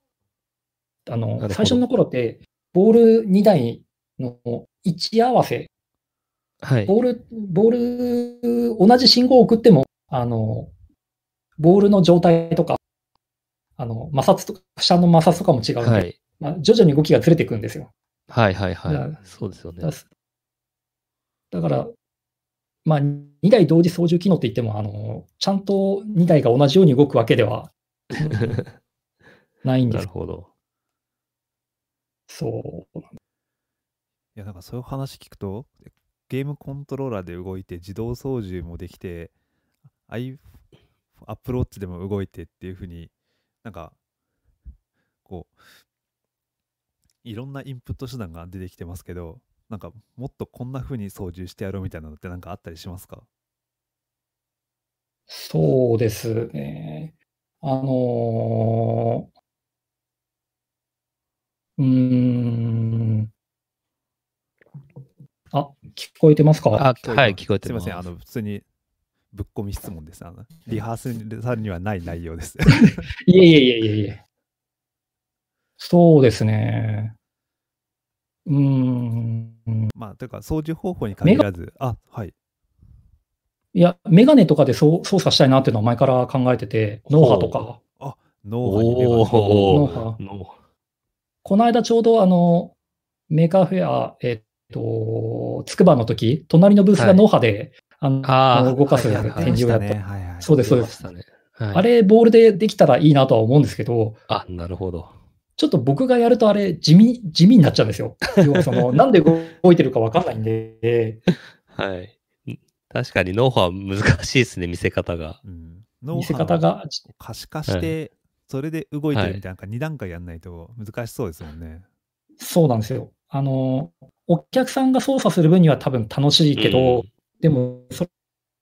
Speaker 3: あ
Speaker 1: なるほ
Speaker 3: の、
Speaker 1: ど
Speaker 3: 最初の頃って、ボール2台の位置合わせ、
Speaker 1: はい。
Speaker 3: ボール、ボール、同じ信号を送っても、あの、ボールの状態とか、あの、摩擦とか、負車の摩擦とかも違うんで、
Speaker 1: はい。
Speaker 3: まあ、徐々に動きがずれていくんですよ。
Speaker 1: はいはいは
Speaker 3: だか
Speaker 1: い
Speaker 3: ら。
Speaker 1: そうですよね
Speaker 3: だ。だから、まあ、2台同時操縦機能って言っても、あの、ちゃんと2台が同じように動くわけ ではないんで
Speaker 1: な
Speaker 3: す
Speaker 1: る。ほど。
Speaker 3: そう。
Speaker 2: いやなんかそういう話聞くとゲームコントローラーで動いて自動操縦もできて i アップローチでも動いてっていう風になんかこういろんなインプット手段が出てきてますけどなんかもっとこんな風に操縦してやろうみたいなのってなんかあったりしますか
Speaker 3: そうですね。あのーうーん。あ、聞こえてますか
Speaker 1: あ、はい、聞こえて
Speaker 2: すい
Speaker 1: ま。
Speaker 2: ますせんあの普通にぶっ込み質問ですあのリハーサルにはない内容です
Speaker 3: いえいえいえいえいえ。そうですね。うーん。
Speaker 2: まあというか操縦方法に限らずあはい
Speaker 3: いや、メガネとかでそう操作したいなっていうのは前から考えてて、脳波とか、
Speaker 2: 脳波に目が
Speaker 1: お
Speaker 2: 行く
Speaker 1: お
Speaker 3: 脳波
Speaker 1: ー。
Speaker 3: この間ちょうどあの、メーカーフェア、えっと、つくばの時、隣のブースが脳波で、あの
Speaker 1: あー
Speaker 3: 動かす
Speaker 1: はいはいはい
Speaker 3: 展示をやった。
Speaker 2: ね。はいはい。
Speaker 3: そうです、そうで
Speaker 1: 出
Speaker 3: す。
Speaker 1: ましたね。はい
Speaker 3: あれ、ボールでできたらいいなとは思うんですけど、
Speaker 1: あ、なるほど。
Speaker 3: ちょっと僕がやるとあれ、地味、地味になっちゃうんで すよ。要はその、なんで動いてるかわかんないんで、
Speaker 1: はい。ん確かにノウハウ難しいですね、見せ方が。
Speaker 2: うん。
Speaker 3: 見せ方が、
Speaker 2: 可視化して、それで動いてるみたいな、なんか2段階やんないと難しそうですもんね。
Speaker 3: そうなんですよ。あの、お客さんが操作する分には多分楽しいけど、
Speaker 1: うん
Speaker 3: でも、そ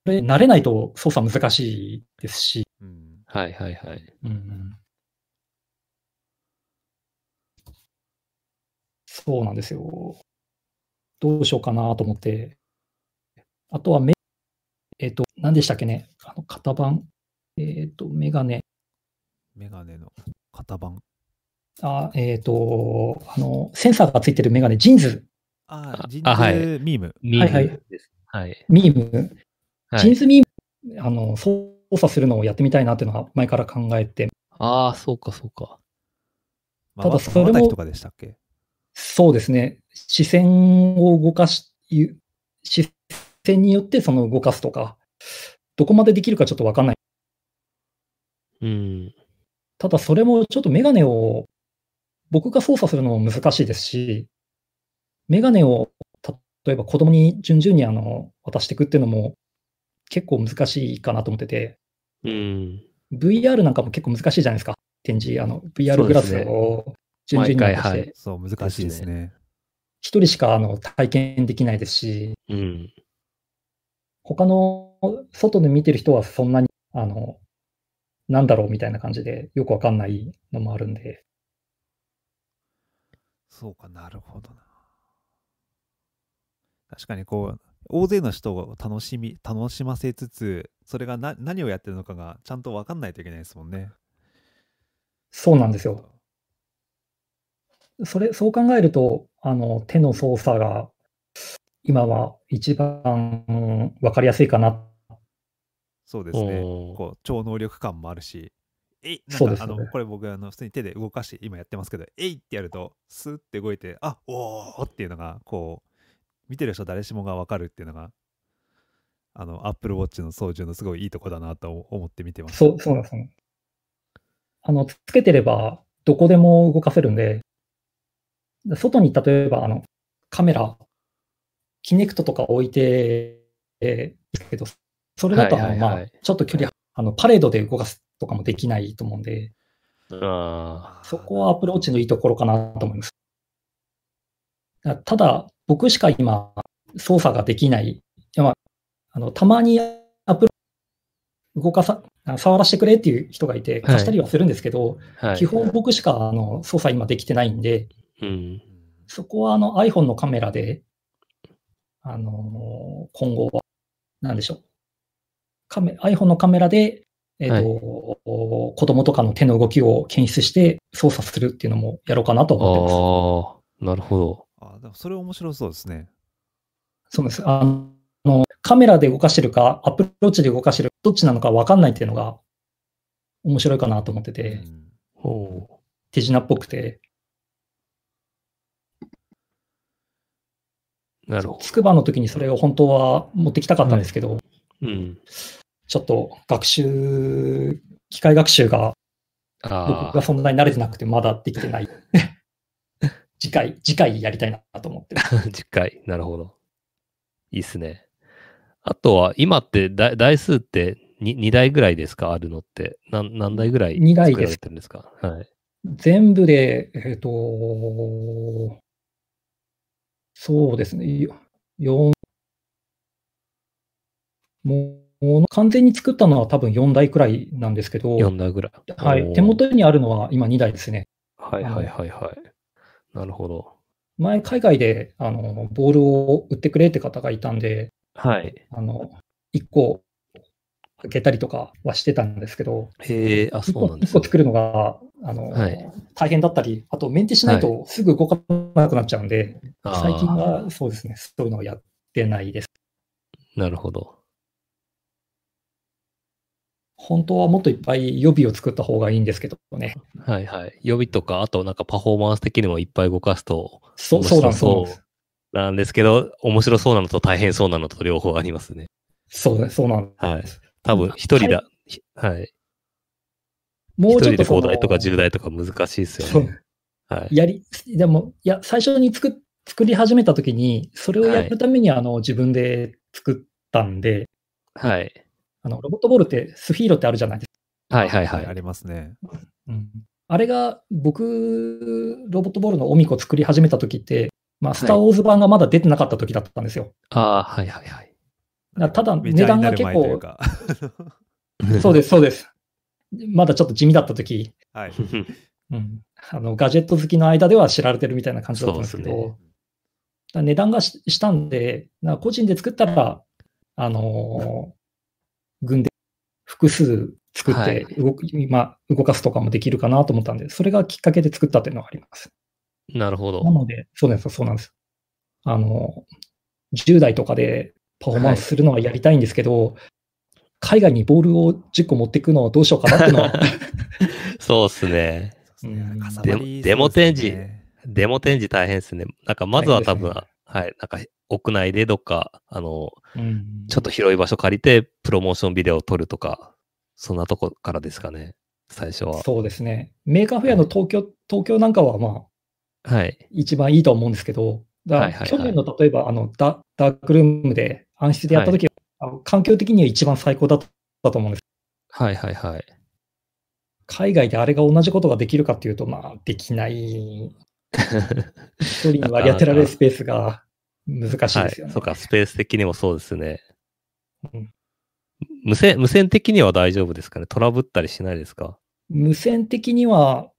Speaker 3: れ、慣れないと操作難しいですし、
Speaker 2: うん。
Speaker 1: はいはいはい。
Speaker 3: うんそうなんですよ。どうしようかなと思って。あとはメ、えっ、と、何でしたっけね。あの、型番。えっ、と、メガネ。
Speaker 2: メガネの型番。
Speaker 3: あ、えっ、と、あの、センサーがついてるメガネ、ジーンズ、
Speaker 2: あ
Speaker 1: あ
Speaker 2: あ、人
Speaker 1: あはい
Speaker 2: 中ミーム。
Speaker 1: ミ
Speaker 3: はいはい
Speaker 1: ームです。はい。
Speaker 3: ミーム、
Speaker 1: はい
Speaker 3: ジーンズミーム、あの、操作するのをやってみたいなっていうのは前から考えて、
Speaker 1: ああ、そうかそうか。
Speaker 2: ま
Speaker 3: ただ
Speaker 2: わ
Speaker 3: そ
Speaker 2: わ
Speaker 3: れも
Speaker 2: たひとかでしたっけ
Speaker 3: そうですね。視線を動かし、ゆ視線によってその動かすとか、どこまでできるかちょっとわかんない。
Speaker 1: うん。
Speaker 3: ただそれもちょっとメガネを、僕が操作するのも難しいですし、メガネを例えば子供に順々にあの渡していくっていうのも結構難しいかなと思ってて、
Speaker 1: うん。
Speaker 3: VR なんかも結構難しいじゃないですか。展示、あの VR グラスを順々に渡
Speaker 1: 毎
Speaker 3: し
Speaker 1: 回は
Speaker 3: て
Speaker 1: い、
Speaker 2: そう、難しいですね。
Speaker 3: 一人しかあの体験できないですし、
Speaker 1: うん。
Speaker 3: 他の外で見てる人はそんなに、あの、なんだろうみたいな感じでよくわかんないのもあるんで、
Speaker 2: そうかなるほどな。確かにこう、大勢の人を楽しみ、楽しませつつ、それがな何をやってるのかがちゃんと分かんないといけないですもんね。
Speaker 3: そうなんですよ。。それ、そう考えると、あの、手の操作が今は一番うんわかりやすいかな。
Speaker 2: そうですね。
Speaker 1: おー
Speaker 2: こう、超能力感もあるし、えい
Speaker 3: そう
Speaker 2: な
Speaker 3: で
Speaker 2: んか、
Speaker 3: すね
Speaker 2: あの、これ僕、あの、普通に手で動かして今やってますけど、えいってやると、スーって動いて、あおーっていうのが、こう、見てる人誰しもが分かるっていうのが、あの、Apple Watch の操縦のすごいいいとこだなと思って見てます。
Speaker 3: そう、そうなんですよ。あの、つけてればどこでも動かせるんで、外に例えばあの、カメラ、キネクトとか置いて、えーですけど、それだとあの、
Speaker 1: はいはいはい
Speaker 3: まあ、ちょっと距離、あの、パレードで動かすとかもできないと思うんで、
Speaker 1: ああ。
Speaker 3: そこはアプローチのいいところかなと思います。だただ、僕しか今、操作ができない。いやまあ、あのたまにアプロ動かさ、あ触らせてくれっていう人がいて、
Speaker 1: はい
Speaker 3: 貸したりはするんですけど、
Speaker 1: はい。
Speaker 3: 基本僕しかあの操作今できてないんで、
Speaker 1: うん。
Speaker 2: うん
Speaker 3: そこはあの iPhone のカメラで、あのー今後は、なんでしょう。カメ iPhone のカメラで、えっ、と、
Speaker 1: はい
Speaker 3: 子供とかの手の動きを検出して操作するっていうのもやろうかなと
Speaker 1: あ
Speaker 3: 思ってま
Speaker 1: あ、なるほど。
Speaker 2: あでもそれ面白そうですね。
Speaker 3: す。そうです。あの、カメラで動かしてるか、アプローチで動かしてる、どっちなのかわかんないっていうのが面白いかなと思ってて、
Speaker 2: うん
Speaker 1: ほ
Speaker 3: 手品っぽくて、
Speaker 1: う。なるほ
Speaker 3: つくばの時にそれを本当は持ってきたかったんですけど、
Speaker 1: ど。うん。
Speaker 3: ちょっと学習、機械学習が
Speaker 1: あ
Speaker 3: 僕が
Speaker 1: あ。
Speaker 3: そんなに慣れてなくて、まだできてない。 次回、次回やりたいなと思ってます。
Speaker 1: 次回。なるほど。いいっすね。あとは、今ってだ台数ってに 2, 台ぐらいですかあるのって。なん何台ぐらい
Speaker 3: 二台
Speaker 1: 作
Speaker 3: で
Speaker 1: ら
Speaker 3: す
Speaker 1: れてるんですかはい。
Speaker 3: 全部で、えっ、とそうですね、4、もう、もう完全に作ったのは多分4台くらいなんですけど、
Speaker 1: 4台ぐらい。
Speaker 3: はい、
Speaker 1: おー
Speaker 3: 手元にあるのは今2台ですね。
Speaker 1: はいはいはいはい。なるほど。
Speaker 3: 前、海外で、あの、ボールを売ってくれって方がいたんで、
Speaker 1: はい。
Speaker 3: あの、1個開けたりとかはしてたんですけど、
Speaker 1: へえ、あ、
Speaker 3: 一
Speaker 1: そう
Speaker 3: 個
Speaker 1: なんで
Speaker 3: 一
Speaker 1: す、
Speaker 3: 個
Speaker 1: ね。
Speaker 3: 作るのが、あの、
Speaker 1: はい
Speaker 3: 大変だったり、あとメンテしないとすぐ動かなくなっちゃうんで、
Speaker 1: あ
Speaker 3: 最近
Speaker 1: ー
Speaker 3: はそうですね、そういうのをやってないです。
Speaker 1: なるほど。
Speaker 3: 本当はもっといっぱい予備を作った方がいいんですけどね。
Speaker 1: はいはい。予備とか、あとなんかパフォーマンス的にもいっぱい動かすと、
Speaker 3: そうそうなんですそうなんです。
Speaker 1: なんですけど、面白そうなのと大変そうなのと両方ありますね。
Speaker 3: そうですそうなんです。
Speaker 1: はい。多分、一人だ、ひはい。
Speaker 3: も
Speaker 1: 一
Speaker 3: うちょ
Speaker 1: 人で
Speaker 3: っとそ
Speaker 1: 5
Speaker 3: の
Speaker 1: 台とか10台とか難しいですよね。はい。
Speaker 3: やり、でも、いや、最初に作っ作り始めたときに、それをやるために、あの自分で作ったんで、
Speaker 1: はい。
Speaker 3: あのロボットボールって、スフィーロってあるじゃないですか。
Speaker 1: はいはいは
Speaker 2: あ
Speaker 1: い。
Speaker 2: りますね。
Speaker 3: あれが、僕、ロボットボールのオミコ作り始めたときって、まあ、スター・ウォーズ版がまだ出てなかったときだったんですよ。
Speaker 1: ああー、はいはいはい。
Speaker 3: だからただ、
Speaker 2: メ
Speaker 3: 値
Speaker 2: ジャーに
Speaker 3: 段
Speaker 2: な
Speaker 3: が
Speaker 2: る
Speaker 3: 結
Speaker 2: 前という
Speaker 3: 構、
Speaker 2: か。
Speaker 3: そうです、そうです。まだちょっと地味だったとき、
Speaker 2: はい。
Speaker 3: うんあの、ガジェット好きの間では知られてるみたいな感じだったんですけど、
Speaker 1: そうですね
Speaker 3: だから値段がししたんで、なんか個人で作ったら、あのー軍で複数作っ
Speaker 1: は
Speaker 3: て
Speaker 1: い
Speaker 3: 動く、今動かすとかもできるかなと思ったんで、それがきっかけで作ったっていうのがあります。
Speaker 1: なるほど
Speaker 3: な。ので、そうなんですよ、そうなんです。あのー10代とかでパフォーマンスするのはやりたいんですけど、海外にボールを10個持っていくのをどうしようかなっていうのは
Speaker 1: そうですね。
Speaker 2: そうですね
Speaker 3: うん
Speaker 2: かさばり
Speaker 1: デモ
Speaker 2: そうですね
Speaker 1: デモデモ展示大変ですね。なんか、まずは多分、
Speaker 3: 大変
Speaker 1: はい、なんか、屋内でどっか、あの、
Speaker 3: うん
Speaker 1: ちょっと広い場所借りて、プロモーションビデオを撮るとか、そんなとこからですかね、最初は。
Speaker 3: そうですね。メーカーフェアの東京、東京なんかはまあ、
Speaker 1: はい。
Speaker 3: 一番いいと思うんですけど、だ
Speaker 1: はいはいはい
Speaker 3: 去年の例えばあのダダークルームで暗室でやった時、あの環境的には一番最高だったと思うんです。
Speaker 1: はいはい はい。
Speaker 3: 海外であれが同じことができるかっていうと、まあ、できない、一人に割り当てられるスペースが難しい
Speaker 1: は
Speaker 3: で
Speaker 1: い
Speaker 3: すよね。
Speaker 1: そうか、スペース的にもそうですね
Speaker 3: うん。
Speaker 1: 無線、無線的には大丈夫ですかねトラブったりしないですか
Speaker 3: 無線的には、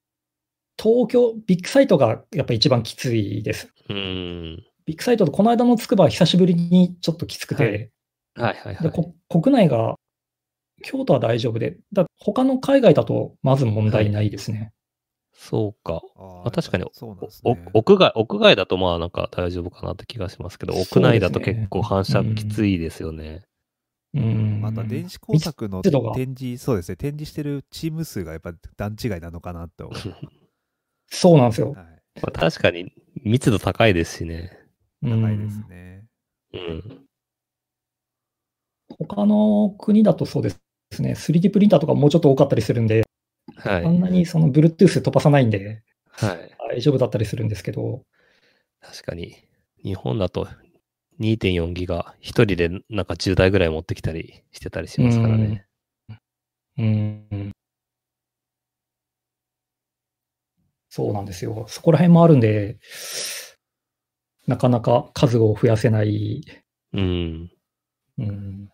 Speaker 3: 東京、ビッグサイトがやっぱり一番きついです。
Speaker 1: うーん。
Speaker 3: ビッグサイトとこの間のつくばは久しぶりにちょっときつくて、
Speaker 1: はいはいはいは
Speaker 3: で
Speaker 1: い。
Speaker 3: こ国内が京都は大丈夫で、だ他の海外だとまず問題ないですね。
Speaker 1: そうか。
Speaker 2: あ
Speaker 1: まあ確かに
Speaker 2: そうなん
Speaker 1: お
Speaker 2: です
Speaker 1: お
Speaker 2: ね。
Speaker 1: 屋外、屋外だとまあなんか大丈夫かなって気がしますけど、
Speaker 3: そうです
Speaker 1: 屋
Speaker 3: ね
Speaker 1: 内だと結構反射きついですよ ね。
Speaker 3: うん
Speaker 2: また電子工作の
Speaker 3: 密度が
Speaker 2: 展示、そうですね、展示してるチーム数がやっぱ段違いなのかなと。はい
Speaker 3: そうなんですよ。
Speaker 1: まあ確かに密度高いですしね。
Speaker 3: うん
Speaker 2: 高いですね。
Speaker 1: うん。
Speaker 3: 他の国だとそうですね、3D プリンターとかもうちょっと多かったりするんで、
Speaker 1: はい。
Speaker 3: あんなにその Bluetooth で飛ばさないんで
Speaker 1: はい。
Speaker 3: 大丈夫だったりするんですけど、
Speaker 1: 確かに。日本だと2.4ギガ、一人でなんか10台ぐらい持ってきたりしてたりしますからね。
Speaker 3: うんそうなんですよ。そこら辺もあるんで、なかなか数を増やせない
Speaker 1: うん。
Speaker 3: うん、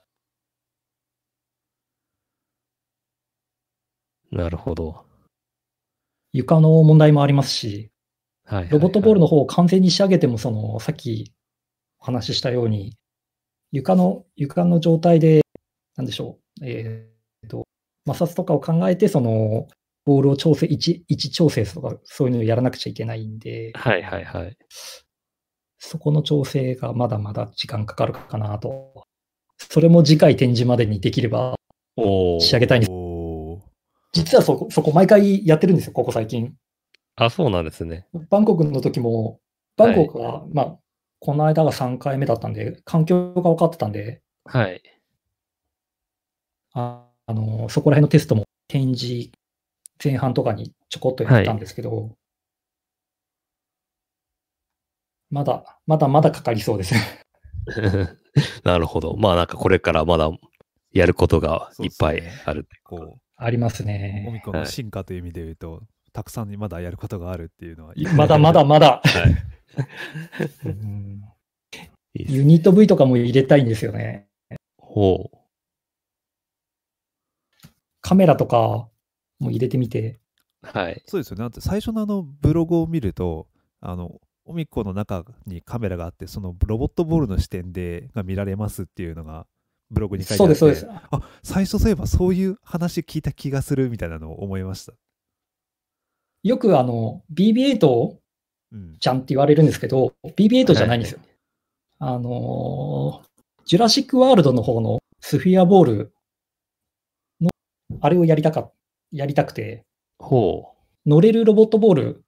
Speaker 1: なるほど。
Speaker 3: 床の問題もありますし、
Speaker 1: はいはいはい
Speaker 3: ロボットボールの方を完全に仕上げても、そのさっきお話ししたように、床の床の状態で、なんでしょう、えーと摩擦とかを考えて、そのボールを調整位置、位置調整とか、そういうのをやらなくちゃいけないんで、
Speaker 1: はいはいはい。
Speaker 3: そこの調整がまだまだ時間かかるかなと。それも次回展示までにできれば
Speaker 1: おお。
Speaker 3: 仕上げたいんです。
Speaker 2: おー
Speaker 3: 実はそこ、そこ毎回やってるんですよ、ここ最近。
Speaker 1: あ、そうなんですね。
Speaker 3: バンコクの時も、バンコクは、まあ、この間が3回目だったんで、環境が分かってたんで、
Speaker 1: はい。
Speaker 3: ああのそこら辺のテストも展示前半とかにちょこっとやったんですけど、まだ、まだまだかかりそうです。
Speaker 1: なるほど。まあなんかこれからまだやることがいっぱ
Speaker 2: そう
Speaker 1: い
Speaker 2: っすね
Speaker 1: ある。
Speaker 2: こ
Speaker 3: あります
Speaker 2: う、オミ
Speaker 3: ね。
Speaker 2: コンの進化という意味で言うと、たくさんまだやることがあるっていうのは、
Speaker 3: まだまだまだ、
Speaker 1: はい
Speaker 3: うん
Speaker 1: いいっす
Speaker 3: ユニット V とかも入れたいんですよね。
Speaker 1: ほう。
Speaker 3: カメラとかも入れてみて、
Speaker 1: はい。
Speaker 2: そうですよね。だって最初のあのブログを見ると、あの、オミコの中にカメラがあって、そのロボットボールの視点でが見られますっていうのが、ブログに書いて
Speaker 3: そ
Speaker 2: あっ
Speaker 3: うで
Speaker 2: て
Speaker 3: す、そうです。
Speaker 2: あ最初そういえばそういう話聞いた気がするみたいなのを思いました。
Speaker 3: よくあの BB8 を
Speaker 2: うん。
Speaker 3: ちゃんって言われるんですけど、BB8 じゃないんですよ。あのージュラシック・ワールドの方のスフィアボールのあれをやりたか、やりたくて、
Speaker 1: ほ
Speaker 3: 乗れるロボットボール、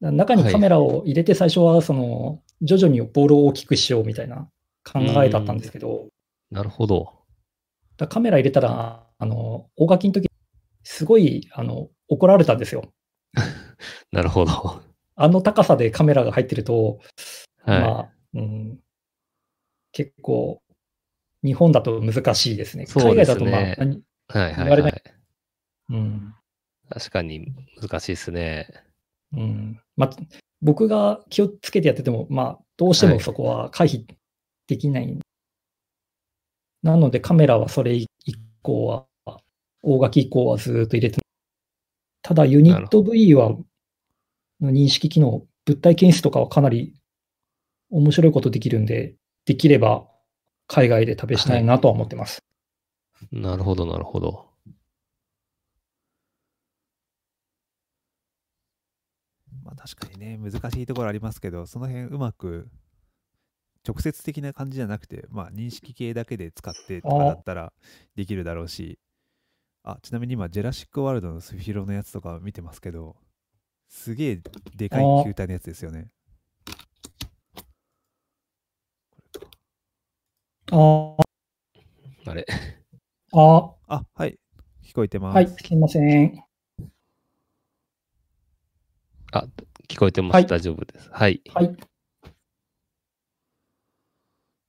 Speaker 3: 中にカメラを入れて、最初はその徐々にボールを大きくしようみたいな考えだったんですけど、
Speaker 1: う。なるほど。
Speaker 3: だからカメラ入れたら、あの大垣の時すごいあの怒られたんですよ。
Speaker 1: なるほど。は
Speaker 3: あの高さでカメラが入ってると、
Speaker 1: い。
Speaker 3: まあうん、結構、日本だと難しいですね。
Speaker 1: そう
Speaker 3: 海
Speaker 1: です
Speaker 3: 外だと、
Speaker 1: ね
Speaker 3: まあ、何
Speaker 1: はいは
Speaker 3: 言わ
Speaker 1: い、
Speaker 3: れ
Speaker 1: は。
Speaker 3: ないうん
Speaker 1: 確かに難しいですね。
Speaker 3: うんまあ、僕が気をつけてやってても、まあ、どうして
Speaker 1: は
Speaker 3: も
Speaker 1: い
Speaker 3: そこは回避できない。なので、カメラはそれ以降は、大垣以降はずっと入れてただ、ユニット V は、の認識機能、物体検出とかはかなり面白いことできるんで、できれば海外で試したいなとは思ってます。
Speaker 1: なるほど、なるほど。
Speaker 2: まあ確かにね、難しいところありますけど、その辺うまく直接的な感じじゃなくて、まあ認識系だけで使ってとかだったらできるだろうし、あ、ちなみに今、ジェラシックワールドのスフィロのやつとか見てますけど、すげえでかい球体のやつですよね。
Speaker 3: あ
Speaker 1: あれ
Speaker 3: あ、
Speaker 2: あ、はい、聞こえてます。
Speaker 3: はい、すいません。
Speaker 1: あ、聞こえてます。
Speaker 3: はい
Speaker 1: 大丈夫です。はい。
Speaker 3: はい。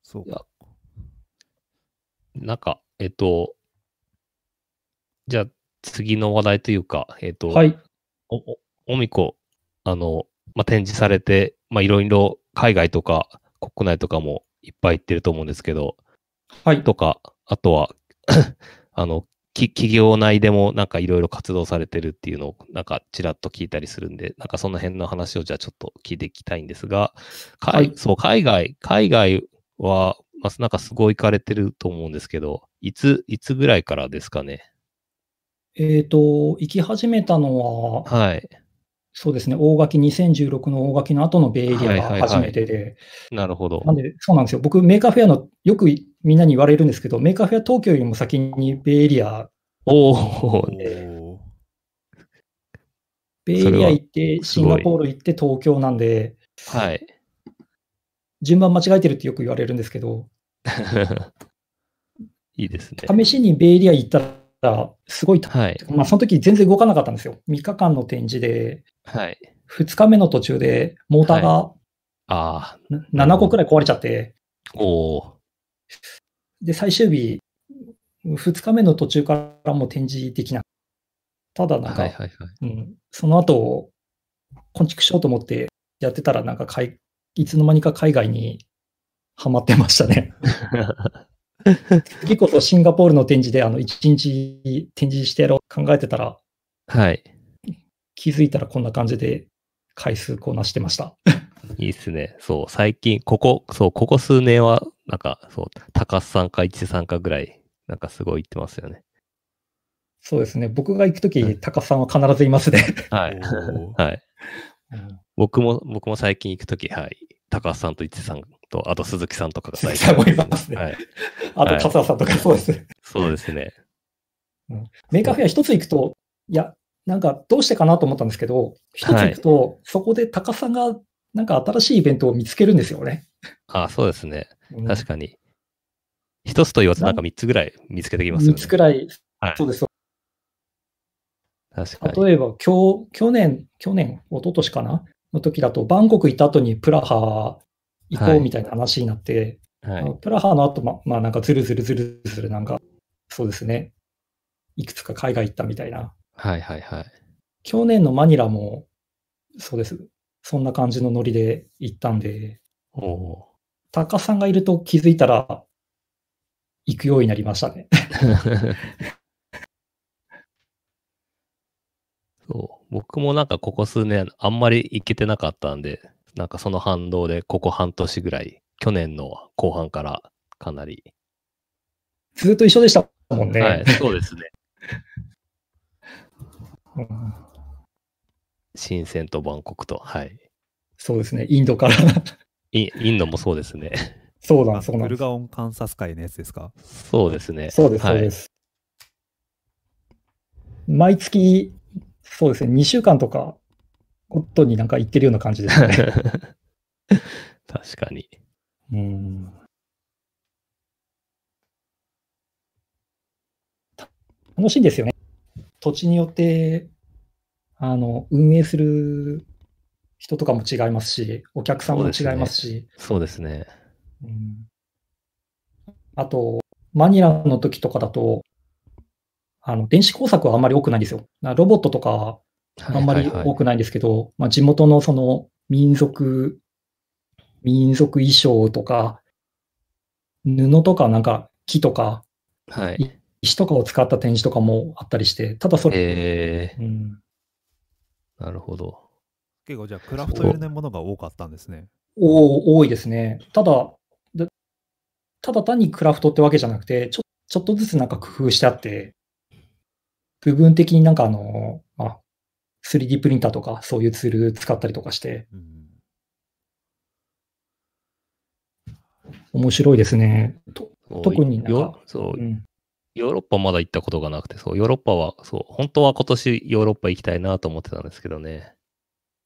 Speaker 2: そう
Speaker 1: いやなんか、えっと、じゃあ次の話題というか、えっと、
Speaker 3: はい。
Speaker 1: お、おおみこ、あの、まあ、展示されて、まあ、いろいろ海外とか国内とかもいっぱい行ってると思うんですけど、
Speaker 3: はい。
Speaker 1: とか、あとは、 あの、き企業内でもなんかいろいろ活動されてるっていうのをなんかちらっと聞いたりするんで、なんかその辺の話をじゃあちょっと聞いていきたいんですが、海
Speaker 3: はい
Speaker 1: そう、海外、海外は、まあ、なんかすごい行かれてると思うんですけど、いつ、いつぐらいからですかね。
Speaker 3: えっ、と、行き始めたのは、
Speaker 1: はい。
Speaker 3: そうですね、大垣、2016の大垣の後のベイエリアが初めてで、
Speaker 1: なるほど。
Speaker 3: なんで、そうなんですよ、僕、メーカーフェアの、よくみんなに言われるんですけど、メーカーフェア東京よりも先にベイエリア、
Speaker 1: お
Speaker 2: お
Speaker 1: お、
Speaker 2: ー
Speaker 3: ベイエリア行って、
Speaker 1: す
Speaker 3: シン
Speaker 1: ごい
Speaker 3: ガポール行って、東京なんで、
Speaker 1: はい。
Speaker 3: 順番間違えてるってよく言われるんですけど、
Speaker 1: いいですね。
Speaker 3: 試しにベイエリア行ったら、すごい、
Speaker 1: はい。
Speaker 3: まあ、その時全然動かなかったんですよ、3日間の展示で、
Speaker 1: はい。
Speaker 3: 2日目の途中で、モーターが
Speaker 1: ああ、
Speaker 3: 7個くらい壊れちゃって、
Speaker 1: おお、
Speaker 3: で、最終日、2日目の途中からもう展示できなくただなんか、
Speaker 1: はいはいはい。
Speaker 3: うん、その後、昆虫しようと思ってやってたら、なんかかい、いつの間にか海外にはまってましたね。 次こそシンガポールの展示で、あの、1日展示してやろう考えてたら、
Speaker 1: はい。
Speaker 3: 気づいたらこんな感じで回数こなしてました。
Speaker 1: いいっすね。そう、最近、ここ、そう、ここ数年は、なんか、そう、高須さんか一さんかぐらい、なんかすごい言ってますよね。
Speaker 3: そうですね。僕が行くとき、高須さんは必ずいますね。
Speaker 1: は
Speaker 2: お
Speaker 1: い。
Speaker 2: ー
Speaker 1: はい。僕も、僕も最近行くとき、はい。高須さんと一さんと、あと鈴木さんとかが最近。
Speaker 3: 鈴木さんもいますね
Speaker 1: はい。
Speaker 3: あと、笠原さんとかそうです。
Speaker 1: そうですね。
Speaker 3: メーカーフェア一つ行くと、いや、なんかどうしてかなと思ったんですけど、一つ行くと、そこで高さんがなんか新しいイベントを見つけるんですよね。
Speaker 1: ああ、そうですね。
Speaker 3: うん
Speaker 1: 確かに。一つと言わず、なんか三つぐらい見つけてきますよね。
Speaker 3: 三つくらい、
Speaker 1: はい
Speaker 3: そうです。
Speaker 1: 確かに。
Speaker 3: 例えば、今日、去年、去年、一昨年かなの時だと、バンコク行った後にプラハ行こうみたいな話になって、
Speaker 1: は
Speaker 3: あの
Speaker 1: い。
Speaker 3: プラハの後、ま、まあなんかずるずるずるずるなんか、そうですね。いくつか海外行ったみたいな。
Speaker 1: はいはいはい。
Speaker 3: 去年のマニラも、そうです。そんな感じのノリで行ったんで、
Speaker 1: おおー。
Speaker 3: タカさんがいると気づいたら、行くようになりましたね。
Speaker 1: そう僕もなんかここ数年あんまり行けてなかったんで、なんかその反動でここ半年ぐらい、去年の後半からかなり。
Speaker 3: ずっと一緒でしたもんね。
Speaker 1: はい、そうですね。
Speaker 3: うん
Speaker 1: 深センとバンコクと、はい。
Speaker 3: そうですね、インドから。
Speaker 1: インインドもそうですね。
Speaker 3: そうだ、
Speaker 2: あ
Speaker 3: そうな
Speaker 2: ブ
Speaker 3: んで
Speaker 2: ル
Speaker 3: す。
Speaker 2: ガオン観察会のやつですか
Speaker 1: そうですね。
Speaker 3: そうです、
Speaker 1: は
Speaker 3: そう
Speaker 1: い
Speaker 3: です。毎月、そうですね、2週間とか、ごとになんか行ってるような感じですね。
Speaker 1: 確かに。
Speaker 3: うんた楽しいんですよね。土地によって、あの、運営する人とかも違いますし、お客さんも違いますし、
Speaker 1: そうですね。
Speaker 3: うんあと、マニラの時とかだと、あの、電子工作はあんまり多くないんですよ。なロボットとかあんま
Speaker 1: は
Speaker 3: り
Speaker 1: いはい
Speaker 3: 多
Speaker 1: はい
Speaker 3: くないんですけど、まあ、地元のその民族、民族衣装とか、布とかなんか木とか
Speaker 1: はい。
Speaker 3: 石とかを使った展示とかもあったりして、ただそれ、
Speaker 1: え
Speaker 3: うん、
Speaker 1: ー、なるほど。
Speaker 2: 結構じゃあクラフト寄りのものが多かったんですね。
Speaker 3: お多いですね。ただ、だただ単にクラフトってわけじゃなくて、ちょちょっとずつなんか工夫してあって、部分的になんかあの、まあ、3D プリンターとかそういうツール使ったりとかして、
Speaker 2: うん、
Speaker 3: 面白いですね。と
Speaker 1: そう
Speaker 3: 特になんか
Speaker 1: よそうう、
Speaker 3: ん
Speaker 1: ヨーロッパまだ行ったことがなくて、そう、ヨーロッパは、そう、本当は今年ヨーロッパ行きたいなと思ってたんですけどね。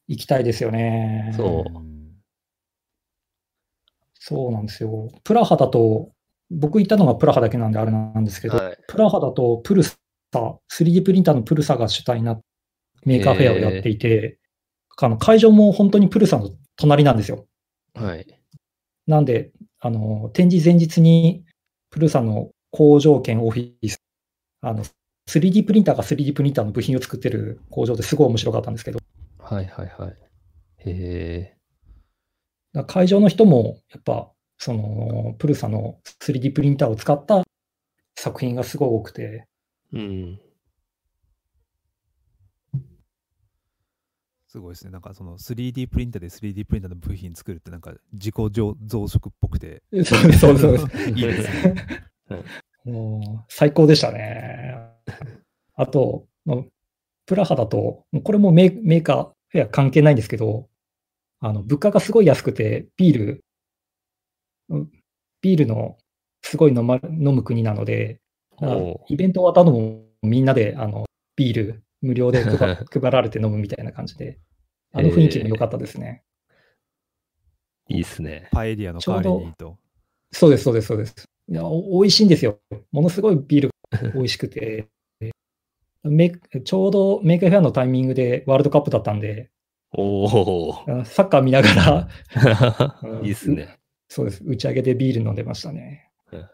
Speaker 3: 行きたいですよね。
Speaker 1: そ
Speaker 2: ん
Speaker 3: そうなんですよ。プラハだと、僕行ったのがプラハだけなんであれなんですけど、
Speaker 1: はい。
Speaker 3: プラハだとプルサ、3D プリンターのプルサが主体なメーカーフェアをやっていて、あの会場も本当にプルサの隣なんですよ。
Speaker 1: はい。
Speaker 3: なんで、あの展示前日にプルサの工場兼オフィス、あの 3D プリンターが 3D プリンターの部品を作ってる工場ですごい面白かったんですけど、
Speaker 1: はいはいはい。え
Speaker 3: だから会場の人もやっぱそのプルサの 3D プリンターを使った作品がすごい多くて、
Speaker 1: ー、うん。
Speaker 2: すごいですね。なんかその 3D プリンターで 3D プリンターの部品作るってなんか自己増増殖っぽくて。
Speaker 3: そう そうそう
Speaker 2: いいですね。
Speaker 3: もう最高でしたね。あと、まあプラハだと、もうこれもメーメーカーフェア関係ないんですけど、あの物価がすごい安くて、ビール、うんビールのすごい飲,、ま、飲む国なので、あ
Speaker 1: お
Speaker 3: イベント終わったのもみんなであのビール無料で配配られて飲むみたいな感じで、あの雰囲気も良かったですね。
Speaker 1: いいっすね。
Speaker 2: パエリアの代わりにと。
Speaker 3: そうです、そうです、そうです。いや、お美味しいんですよ。ものすごいビールが美味しくて。メイちょうどメーカーフェアのタイミングでワールドカップだったんで、
Speaker 1: おお
Speaker 3: あサッカー見ながら、
Speaker 1: ー
Speaker 3: うん
Speaker 1: いいっすね。
Speaker 3: そうです、打ち上げでビール飲んでましたね
Speaker 1: うん。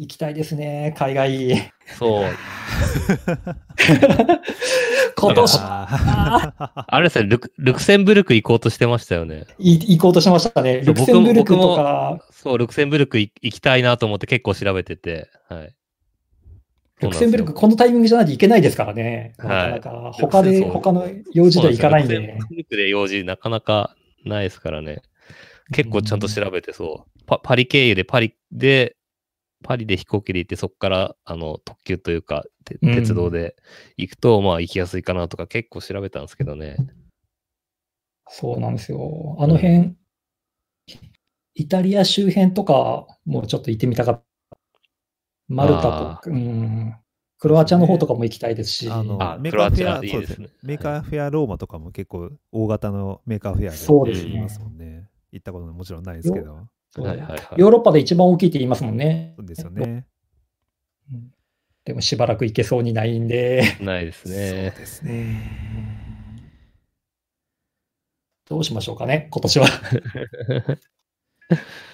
Speaker 3: 行きたいですね、海外。
Speaker 1: そう。
Speaker 3: 今年
Speaker 2: あ
Speaker 1: あれですね、ルクルクセンブルク行こうとしてましたよね。
Speaker 3: い行こうとしましたね。ルクセンブルクと
Speaker 1: 僕
Speaker 3: か、
Speaker 1: そう、ルクセンブルクい行きたいなと思って結構調べてて、はい。
Speaker 3: ルクセンブルク、
Speaker 1: そう
Speaker 3: このタイミングじゃないといけないですからね。
Speaker 1: はい
Speaker 3: なかなか、他で、
Speaker 1: そう
Speaker 3: 他の用事では行かないん
Speaker 1: そう
Speaker 3: で
Speaker 1: なんですよルクセン。ブルクで用事なかなかないですからね。結構ちゃんと調べてそう。パパリ経由でパリで、パリで飛行機で行って、そこからあの特急というか、て
Speaker 3: うん
Speaker 1: 鉄道で行くと、まあ行きやすいかなとか結構調べたんですけどね。
Speaker 3: そうなんですよ。あの辺、イタリア周辺とか、もうちょっと行ってみたかった。マルタと
Speaker 1: あ
Speaker 3: か、うん。クロアチアの方とかも行きたいですし、
Speaker 1: あ
Speaker 2: のメーカーフェ
Speaker 1: クロアチア
Speaker 2: ア、
Speaker 1: いい
Speaker 2: そう
Speaker 1: で
Speaker 2: です
Speaker 1: ね
Speaker 2: すね。メーカーフェアローマとかも結構大型のメーカーフェア
Speaker 3: そう
Speaker 1: です
Speaker 2: あ
Speaker 1: ね
Speaker 2: りますもんね。行ったことももちろんないですけど。
Speaker 3: そう
Speaker 1: はいはいはい。
Speaker 3: ヨーロッパで一番大きいって言いますもんね
Speaker 2: そ。うですよね。
Speaker 3: うんでもしばらく行けそうにないんで、
Speaker 1: ないですね。
Speaker 2: そうですね。
Speaker 3: どうしましょうかね、今年は。
Speaker 2: ま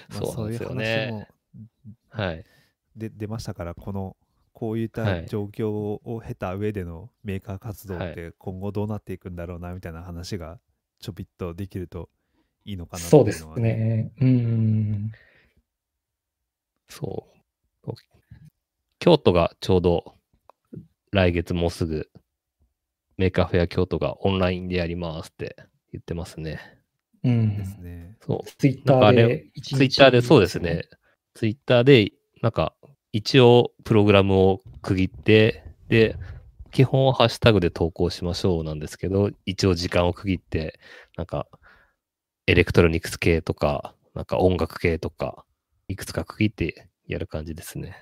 Speaker 2: あ
Speaker 1: そうなんですよね。
Speaker 2: そういう話も
Speaker 1: はい。
Speaker 2: で出ましたから、この、こういっ
Speaker 1: は
Speaker 2: た
Speaker 1: い
Speaker 2: 状況を経た上でのメーカー活動
Speaker 1: は
Speaker 2: っ
Speaker 1: い
Speaker 2: て今後どうなっていくんだろうなみたいな話がちょびっとできるといいのかなってい
Speaker 3: そうで
Speaker 2: う
Speaker 3: す
Speaker 2: のは、
Speaker 3: ね。うん。
Speaker 1: そう。京都がちょうど来月もうすぐメーカーフェア京都がオンラインでやりますって言ってますね。
Speaker 3: う
Speaker 2: です
Speaker 3: ん。
Speaker 2: ね。
Speaker 1: そう。
Speaker 3: ツイッター
Speaker 1: なんかあれ
Speaker 3: で、
Speaker 1: ツイッターでそうですね。。ツイッターでなんか一応プログラムを区切って、で、基本はハッシュタグで投稿しましょうなんですけど、一応時間を区切って、なんかエレクトロニクス系とか、なんか音楽系とか、いくつか区切ってやる感じですね。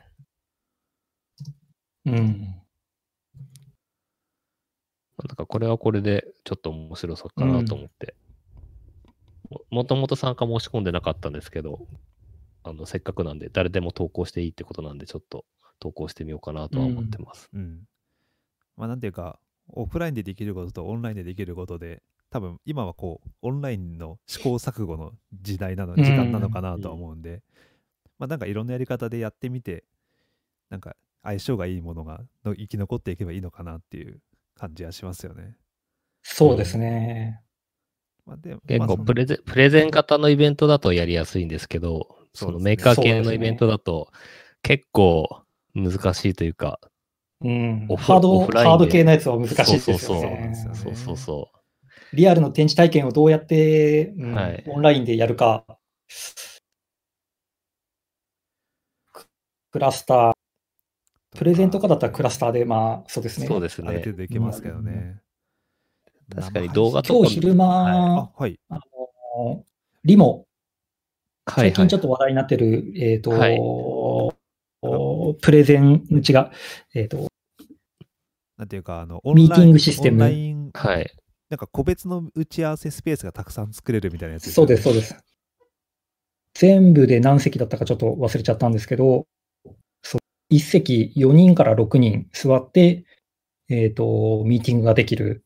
Speaker 3: うん。
Speaker 1: なんかこれはこれでちょっと面白そうかなと思って、も。もともと参加申し込んでなかったんですけど、あのせっかくなんで誰でも投稿していいってことなんで、ちょっと投稿してみようかなとは思ってます。
Speaker 2: うん。まあなんていうか、オフラインでできることとオンラインでできることで、多分今はこう、オンラインの試行錯誤の時代なの、
Speaker 3: うん
Speaker 2: 時間なのかなとは思うんで、まあなんかいろんなやり方でやってみて、なんか相性がいいものがの生き残っていけばいいのかなっていう感じはしますよね。
Speaker 3: そうですね。
Speaker 2: まあでも、
Speaker 1: 結
Speaker 2: まあそ
Speaker 1: 構
Speaker 2: んな
Speaker 1: プレゼン、プレゼン型のイベントだとやりやすいんですけど、そ
Speaker 2: そ
Speaker 1: の
Speaker 2: うですね
Speaker 1: メーカー系
Speaker 3: そうです
Speaker 1: の
Speaker 3: ね
Speaker 1: イベントだと結構難しいというか、
Speaker 3: うん
Speaker 1: オ。フ
Speaker 3: ハード、
Speaker 1: オフラインで
Speaker 3: ハード系のやつは難しいですよね。
Speaker 1: そうそうそうそうなん
Speaker 2: ですよね
Speaker 1: そうそうそ
Speaker 3: リアルの展示体験をどうやって、うん
Speaker 1: はい
Speaker 3: オンラインでやるか。ククラスター、プレゼントとかだったらクラスターで、まあ、そうです
Speaker 1: う。
Speaker 3: ね。
Speaker 1: そうです
Speaker 2: ある
Speaker 1: ね
Speaker 2: 程度。できますけどね。
Speaker 1: 確かに動画とか
Speaker 3: 今日昼間、
Speaker 2: あ、はい。
Speaker 3: あの、リ
Speaker 1: は
Speaker 3: モ、
Speaker 1: い
Speaker 3: 最
Speaker 1: はい
Speaker 3: 近ちょっと話題になってる、えっ、と、
Speaker 1: はい
Speaker 3: おプレゼン、違う、えっ、と、
Speaker 2: なんていうか、あの、オンライン
Speaker 3: ミーティングシステム
Speaker 2: オンライン、
Speaker 1: はい。
Speaker 2: なんか個別の打ち合わせスペースがたくさん作れるみたいなやつ
Speaker 3: そうです、そう
Speaker 2: すよね。
Speaker 3: です。全部で何席だったかちょっと忘れちゃったんですけど、そう1席4人から6人座って、えっ、と、ミーティングができる、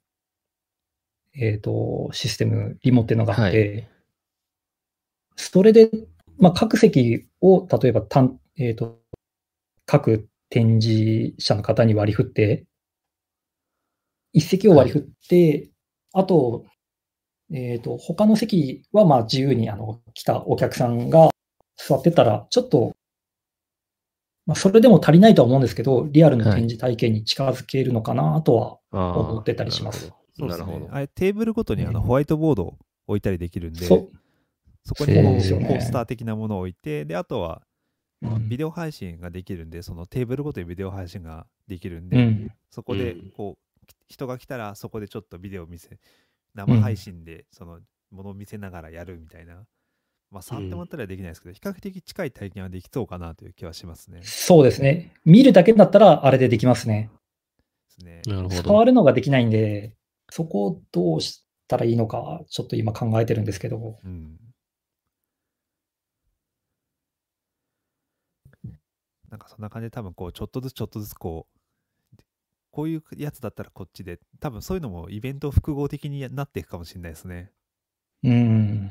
Speaker 3: えっ、と、システム、リモっていうのがあって、
Speaker 1: はい
Speaker 3: それで、まあ、各席を、例えば、たんえっ、と、各展示者の方に割り振って、一席を割り振って、あと、えっ、と、他の席は、まあ、自由に、あの、来たお客さんが座ってたら、ちょっと、まあ、それでも足りないとは思うんですけど、リアルの展示体験に近づけるのかなとは、
Speaker 1: あー
Speaker 3: 思ってたりします。
Speaker 2: そうで
Speaker 1: な
Speaker 2: す
Speaker 1: る
Speaker 2: ね
Speaker 1: ほど。なるほど
Speaker 2: あれテーブルごとにあの
Speaker 3: うん
Speaker 2: ホワイトボードを置いたりできるんで、
Speaker 3: そ
Speaker 2: そこにこう
Speaker 1: そうですよね
Speaker 2: ポスター的なものを置いて、で、あとは、
Speaker 3: う、
Speaker 2: まあ
Speaker 3: うん
Speaker 2: ビデオ配信ができるんで、そのテーブルごとにビデオ配信ができるんで、
Speaker 3: うん、
Speaker 2: そこで
Speaker 1: うん
Speaker 2: こう、き人が来たらそこでちょっとビデオ見せ、生配信でそのものを見せながらやるみたいな、まあ触ってもらったりはできないですけど、比較的近い体験はできそうかなという気はしますね。で
Speaker 3: そうですね。見るだけだったら、あれでできますね。
Speaker 2: すね
Speaker 1: なるほど。
Speaker 3: 触るのができないんで、そこをどうしたらいいのか、ちょっと今考えてるんですけど、
Speaker 2: うんなんかそんな感じで多分こうちょっとずつちょっとずつこうこういうやつだったらこっちで多分そういうのもイベント複合的になっていくかもしれないですね。
Speaker 3: うん、。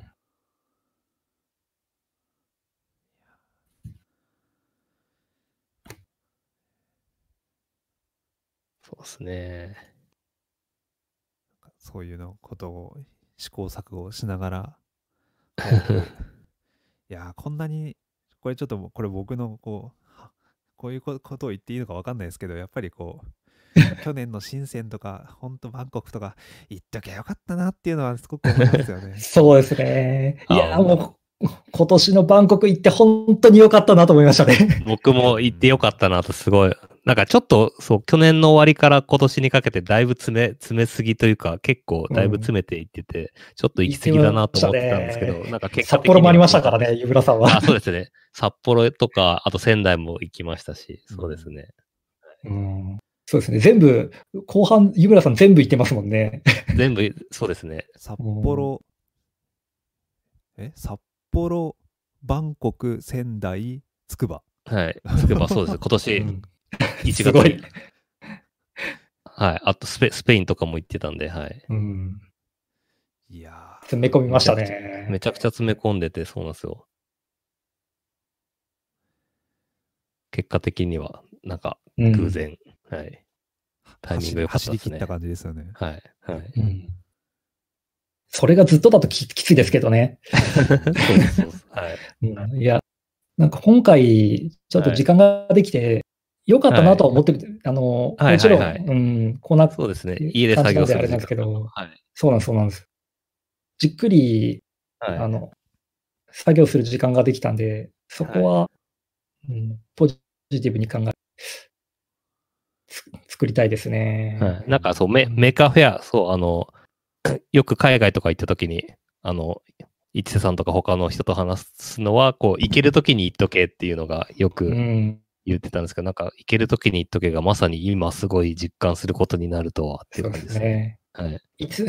Speaker 1: そうですね。
Speaker 2: そういうのことを試行錯誤しな がら。いやーこんなにこれちょっともうこれ僕のこうはこういうこことを言っていいのか分かんないですけどやっぱりこ う去年の深センとかほんとバンコクとか行っときゃよかったなっていうのはすごく思いますよね
Speaker 3: そうですね。いや、
Speaker 1: あ
Speaker 3: もう、今年のバンコク行って本当に良かったなと思いましたね。
Speaker 1: 僕も行ってよかったなと、すごい。なんかちょっと、そう、去年の終わりから今年にかけて、だいぶ詰め、詰めすぎというか、結構だいぶ詰めていってて、ちょっと行き過ぎだなと思ってたんですけど、
Speaker 3: 行ってましたね
Speaker 1: なんか結果
Speaker 3: 札
Speaker 1: 的には
Speaker 3: 幌もありましたからね、湯村さんは
Speaker 1: あ、。そうですね。札幌とか、あと仙台も行きましたし、そうですね。
Speaker 3: うん、そうですね。全部、後半、湯村さん全部行ってますもんね。
Speaker 1: 全部、そうですね。
Speaker 2: 札幌え札幌バンコク仙台つくば
Speaker 1: はい。つくば、そうです。今
Speaker 3: う
Speaker 1: 年
Speaker 3: ん
Speaker 1: 1月
Speaker 3: すごい
Speaker 1: に。はい。あとスペ、スペインとかも行ってたんで、はい。
Speaker 3: うん、
Speaker 2: いやー
Speaker 3: 詰め込みました
Speaker 1: め
Speaker 3: ね。
Speaker 1: ちゃくちゃ詰め込んでて、そうなんですよ。結果的には、なんか、
Speaker 3: うん
Speaker 1: 偶。然、はい。タイミング良かった
Speaker 2: 走
Speaker 1: で
Speaker 2: り
Speaker 1: す
Speaker 2: 切
Speaker 1: ね
Speaker 2: った。感じですよね。
Speaker 1: はい。 はい。
Speaker 3: うんそれがずっとだとききついですけどね。
Speaker 1: そうですそうですはい。
Speaker 3: うんいや、なんか今回、ちょっと時間ができて、良かったなとは思ってる、あの、
Speaker 1: はい
Speaker 3: もちろん、
Speaker 1: はいはい
Speaker 3: うん、こんな、
Speaker 1: そうですね。家で作業する
Speaker 3: 感じなんであれなんですけど
Speaker 1: はい。
Speaker 3: そうなんです、そうなんです。じっくり、
Speaker 1: はい
Speaker 3: あの、作業する時間ができたんで、そこは、うん、ポジティブに考え、つ作りたいですね。
Speaker 1: はい、なんかそうメ、メーカーフェア、そう、あの、 よく海外とか行った時に、あの、一瀬さんとか他の人と話すのは、こう、行ける時に行っとけっていうのがよ
Speaker 3: う
Speaker 1: く
Speaker 3: ん。
Speaker 1: 言ってたんですけど、なんか行けるときに行っとけが、まさに今すごい実感することになるとはってい
Speaker 3: そうう
Speaker 1: 感じ
Speaker 3: で
Speaker 1: ですすね。
Speaker 3: ね。
Speaker 1: はい。
Speaker 3: いつ、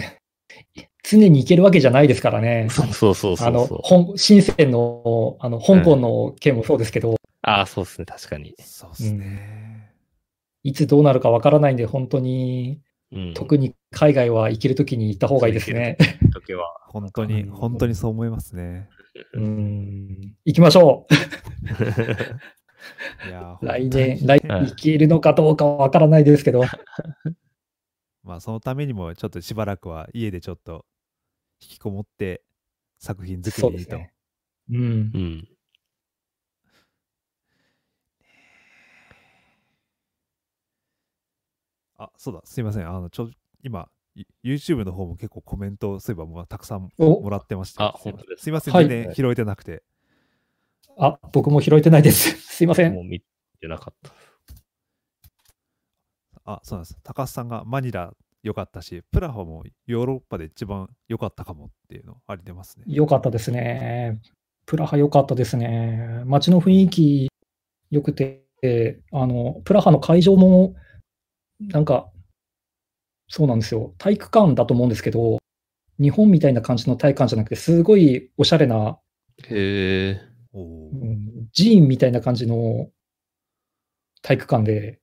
Speaker 3: 常に行けるわけじゃないですからね。
Speaker 1: そうそうそうそ
Speaker 3: あの、
Speaker 1: うそう。
Speaker 3: 本深センの、あの、香港の件もそうですけど、
Speaker 1: ああ、そうですね、確かに。
Speaker 2: そうっすね。
Speaker 3: いつどうなるかわからないんで、本当に、
Speaker 1: うん、
Speaker 3: 特に海外は行けるときに行った方がいいですね。
Speaker 1: に時は。
Speaker 2: 本当に、
Speaker 3: うん
Speaker 2: 本当にそう思いますね。
Speaker 1: う
Speaker 3: うん。行きましょう。
Speaker 2: いやー
Speaker 3: 来
Speaker 2: 本当に
Speaker 3: 年、来
Speaker 1: はい
Speaker 3: 年行けるのかどうかはわからないですけど、
Speaker 2: まあそのためにも、ちょっとしばらくは家でちょっと引きこもって作品
Speaker 3: そ
Speaker 2: 作
Speaker 3: う
Speaker 2: りに
Speaker 3: です
Speaker 2: と。
Speaker 3: ね。うん
Speaker 1: う。ん。
Speaker 2: あ、そうだ、すいません。あの、ちょ、今、い YouTube の方も結構コメント、そういえばもうたくさん
Speaker 3: お
Speaker 2: もらってました。
Speaker 1: あ本当ですか
Speaker 2: すいません、
Speaker 3: はい
Speaker 2: 全然拾えてなくて。
Speaker 3: あ、僕も拾えてないです。 すいません
Speaker 1: も。う見てなかった。
Speaker 2: あ、そうなんです。高須さんがマニラ良かったし、プラハもヨーロッパで一番良かったかもっていうのありてますね。
Speaker 3: 良かったですね。プラハ良かったですね。街の雰囲気良くて、あの、プラハの会場も、なんか、そうなんですよ。体育館だと思うんですけど、日本みたいな感じの体育館じゃなくて、すごいおしゃれな、
Speaker 1: へえ。
Speaker 2: おお
Speaker 3: う。ん寺院みたいな感じの体育館で、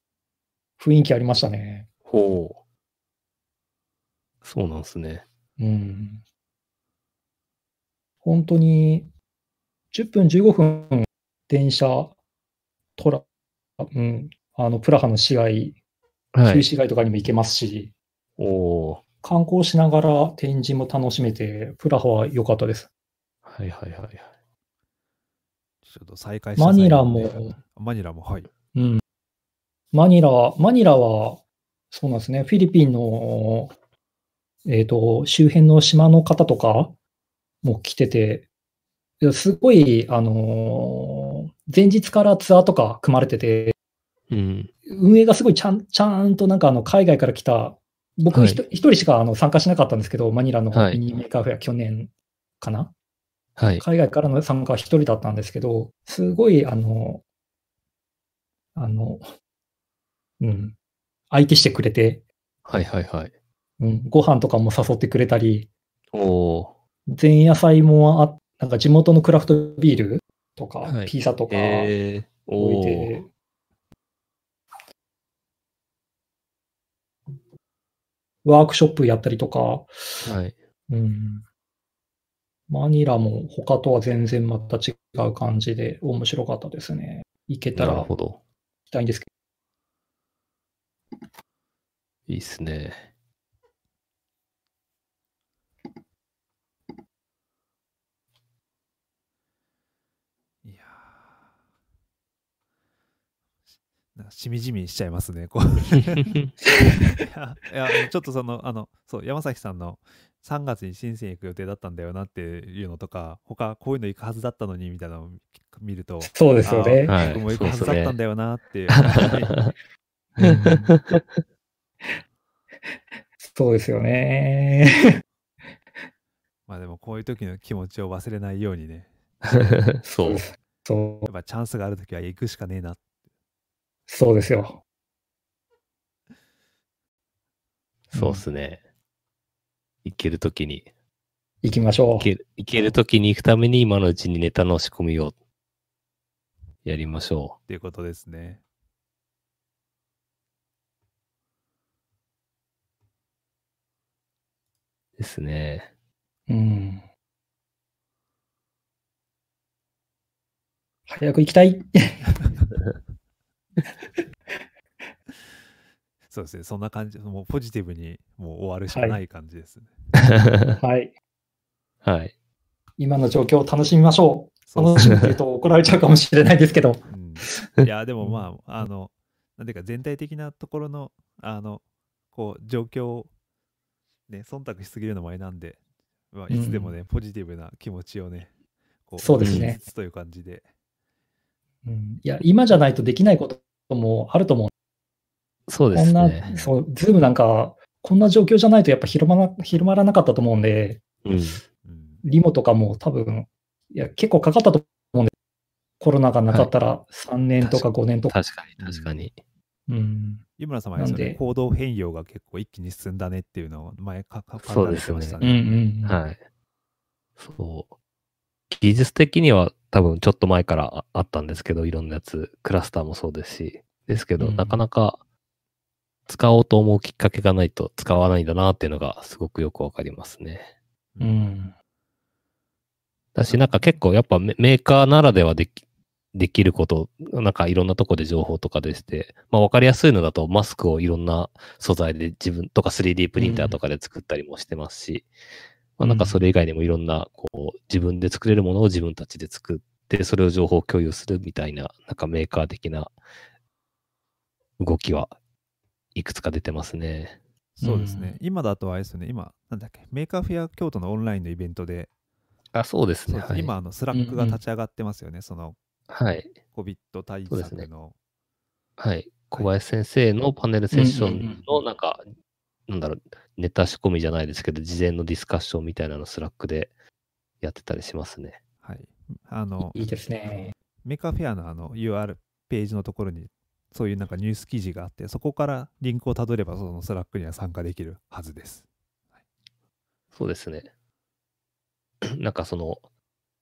Speaker 3: 雰囲気ありましたね。
Speaker 1: ほう。そうなんですね。
Speaker 3: うん。本当に、10分15分、電車、トラ、うん、あの、プラハの市街、旧。市街とかにも行けますし、
Speaker 1: おお
Speaker 3: 観光しながら展示も楽しめて、プラハは良かったです。
Speaker 1: ー。はいはいはいはい。
Speaker 2: ちょっと再開した
Speaker 3: マ
Speaker 2: 際
Speaker 3: ニラ
Speaker 2: にね
Speaker 3: も、
Speaker 2: マニラも、はい。
Speaker 3: うん。マニラ、マニラは、そうなんですね、フィリピンの、えっ、と、周辺の島の方とかも来てて、いやすごい、あのー前日からツアーとか組まれてて、
Speaker 1: うん。
Speaker 3: 運営がすごいちゃん、ちゃんとなんかあの、海外から来た、僕
Speaker 1: はい
Speaker 3: 一人一人しかあの参加しなかったんですけど、マニラの
Speaker 1: はい
Speaker 3: ミニメーカーフェア、去年かな、
Speaker 1: はい。
Speaker 3: 海外からの参加は一人だったんですけど、すごい、あの、あの、うん、相手してくれて、
Speaker 1: はいはいはい。
Speaker 3: うん、ご飯とかも誘ってくれたり、
Speaker 1: おお
Speaker 3: 前夜祭もあ、なんか地元のクラフトビールとか、
Speaker 1: はい
Speaker 3: ピザとか
Speaker 1: ー。
Speaker 3: 置
Speaker 1: へえ。お
Speaker 3: い
Speaker 1: お
Speaker 3: て
Speaker 1: ー。、
Speaker 3: ワークショップやったりとか、
Speaker 1: はい。
Speaker 3: うん、マニラも他とは全然また違う感じで面白かったですね。行けた
Speaker 1: な
Speaker 3: ら
Speaker 1: る
Speaker 3: 行
Speaker 1: ほど。
Speaker 3: きたいんですけ
Speaker 1: いいっすね。
Speaker 2: いやーなんかしみじみしちゃいますね、こう。いや、いやちょっとその、あの、そう、山崎さんの3月に深セン行く予定だったんだよなっていうのとか、他こういうの行くはずだったのにみたいなのを見ると、
Speaker 3: ど。そうですよね。
Speaker 1: はい
Speaker 2: 僕も行くはずだったんだよなっていう。
Speaker 3: うんそうですよね。
Speaker 2: まあでもこういう時の気持ちを忘れないようにね、
Speaker 1: そう。
Speaker 3: そう、
Speaker 2: やっぱチャンスがある時は行くしかねえな。
Speaker 3: そうですよ。
Speaker 1: そうっすね。行けるときに。
Speaker 3: 行きましょ
Speaker 1: 行ける行けるときに行くために今のうちにネタの仕込みをやりましょ
Speaker 2: っていうことですね。
Speaker 1: う。ですね。
Speaker 3: う。うん。早く行きたい。
Speaker 2: そうですね、そんな感じ、もうポジティブにもう終わるしかない感じですね。
Speaker 3: はい。
Speaker 1: はい。
Speaker 3: 今の状況を楽しみましょう。
Speaker 2: そう
Speaker 3: 楽しむって言うと怒られちゃうかもしれないですけど。
Speaker 2: うん、いや、でもまあ、あの、なんていうか全体的なところの、あの、こう、状況を、ね、忖度しすぎるのもあれなんで、まあ、いつでもね、ポジティブな気持ちをね、こ
Speaker 3: そうですね
Speaker 2: 持ちつつという感じで。
Speaker 3: うん、いや、今じゃないとできないこともあると思う。
Speaker 1: そうで
Speaker 3: こん
Speaker 1: す
Speaker 3: な、
Speaker 1: ね。
Speaker 3: そう、ズームなんか、こんな状況じゃないとやっぱ広まら広まらなかったと思うんで、
Speaker 1: うん。
Speaker 2: うん
Speaker 3: リモとかも多分、いや、結構かかったと思うんで、コロナがなかったら3年とか5年とか。
Speaker 1: 確かに、確かに。
Speaker 3: うん。
Speaker 2: 井村様はそ
Speaker 3: なん
Speaker 2: れ
Speaker 3: で
Speaker 2: 行動変容が結構一気に進んだねっていうのを前かか
Speaker 1: そうですよね
Speaker 2: 考えてました
Speaker 3: うんうん。
Speaker 1: はい。そう。技術的には多分ちょっと前からああったんですけど、いろんなやつ、クラスターもそうですし、ですけど、
Speaker 3: うん
Speaker 1: なかなか使おうと思うきっかけがないと使わないんだなっていうのがすごくよくわかりますね。
Speaker 3: うん。
Speaker 1: だし、なんか結構やっぱメメーカーならではでき、できること、なんかいろんなとこで情報とかでして、まあわかりやすいのだとマスクをいろんな素材で自分とか 3D プリンターとかで作ったりもしてますし、まあなんかそれ以外にもいろんなこう自分で作れるものを自分たちで作って、それを情報共有するみたいな、なんかメーカー的な動きはいくつか出てますね。
Speaker 2: そうですね。今だとあれですよね、今、なんだっけ、メーカーフェア京都のオンラインのイベントで、
Speaker 1: あ、そうですね。はい、
Speaker 2: 今、あのスラックが立ち上がってますよね、その
Speaker 1: はい。
Speaker 2: COVID 対
Speaker 1: そうです
Speaker 2: 策
Speaker 1: ね
Speaker 2: の。
Speaker 1: はい。小林先生のパネルセッショ
Speaker 3: うんうんうん
Speaker 1: ンの、なんか、なんだろう、ネタ仕込みじゃないですけど、事前のディスカッションみたいなのスラックでやってたりしますね。
Speaker 2: はい。あの、
Speaker 3: いいですね。
Speaker 2: メーカーフェアのあの UR ページのところに、そういうなんかニュース記事があって、そこからリンクをたどれば、そのスラックには参加できるはずです。
Speaker 1: そうですね。 なんかその、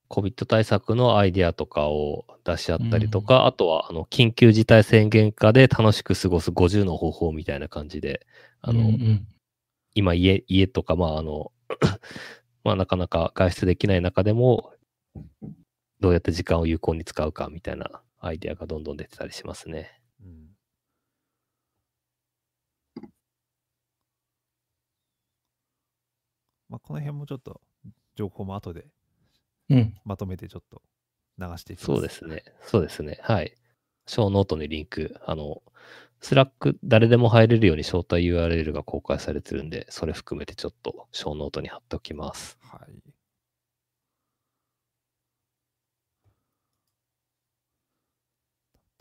Speaker 1: COVID 対策のアイディアとかを出し合ったりとか、あとは、あの、緊急事態宣言下で楽しく過ごす50の方法みたいな感じで、あの、
Speaker 3: うん
Speaker 1: 今家、家とか、まあ、あの、 まあ、なかなか外出できない中でも、どうやって時間を有効に使うかみたいなアイデアがどんどん出てたりしますね。
Speaker 2: うんまあ、この辺もちょっと情報も後で
Speaker 3: うん。うん。
Speaker 2: まとめてちょっと流していきます。
Speaker 1: そうですね。そうですね。はい。ショーノートにリンク、あの、スラック誰でも入れるように招待 URL が公開されてるんで、それ含めてちょっとショーノートに貼っておきます。
Speaker 2: はい。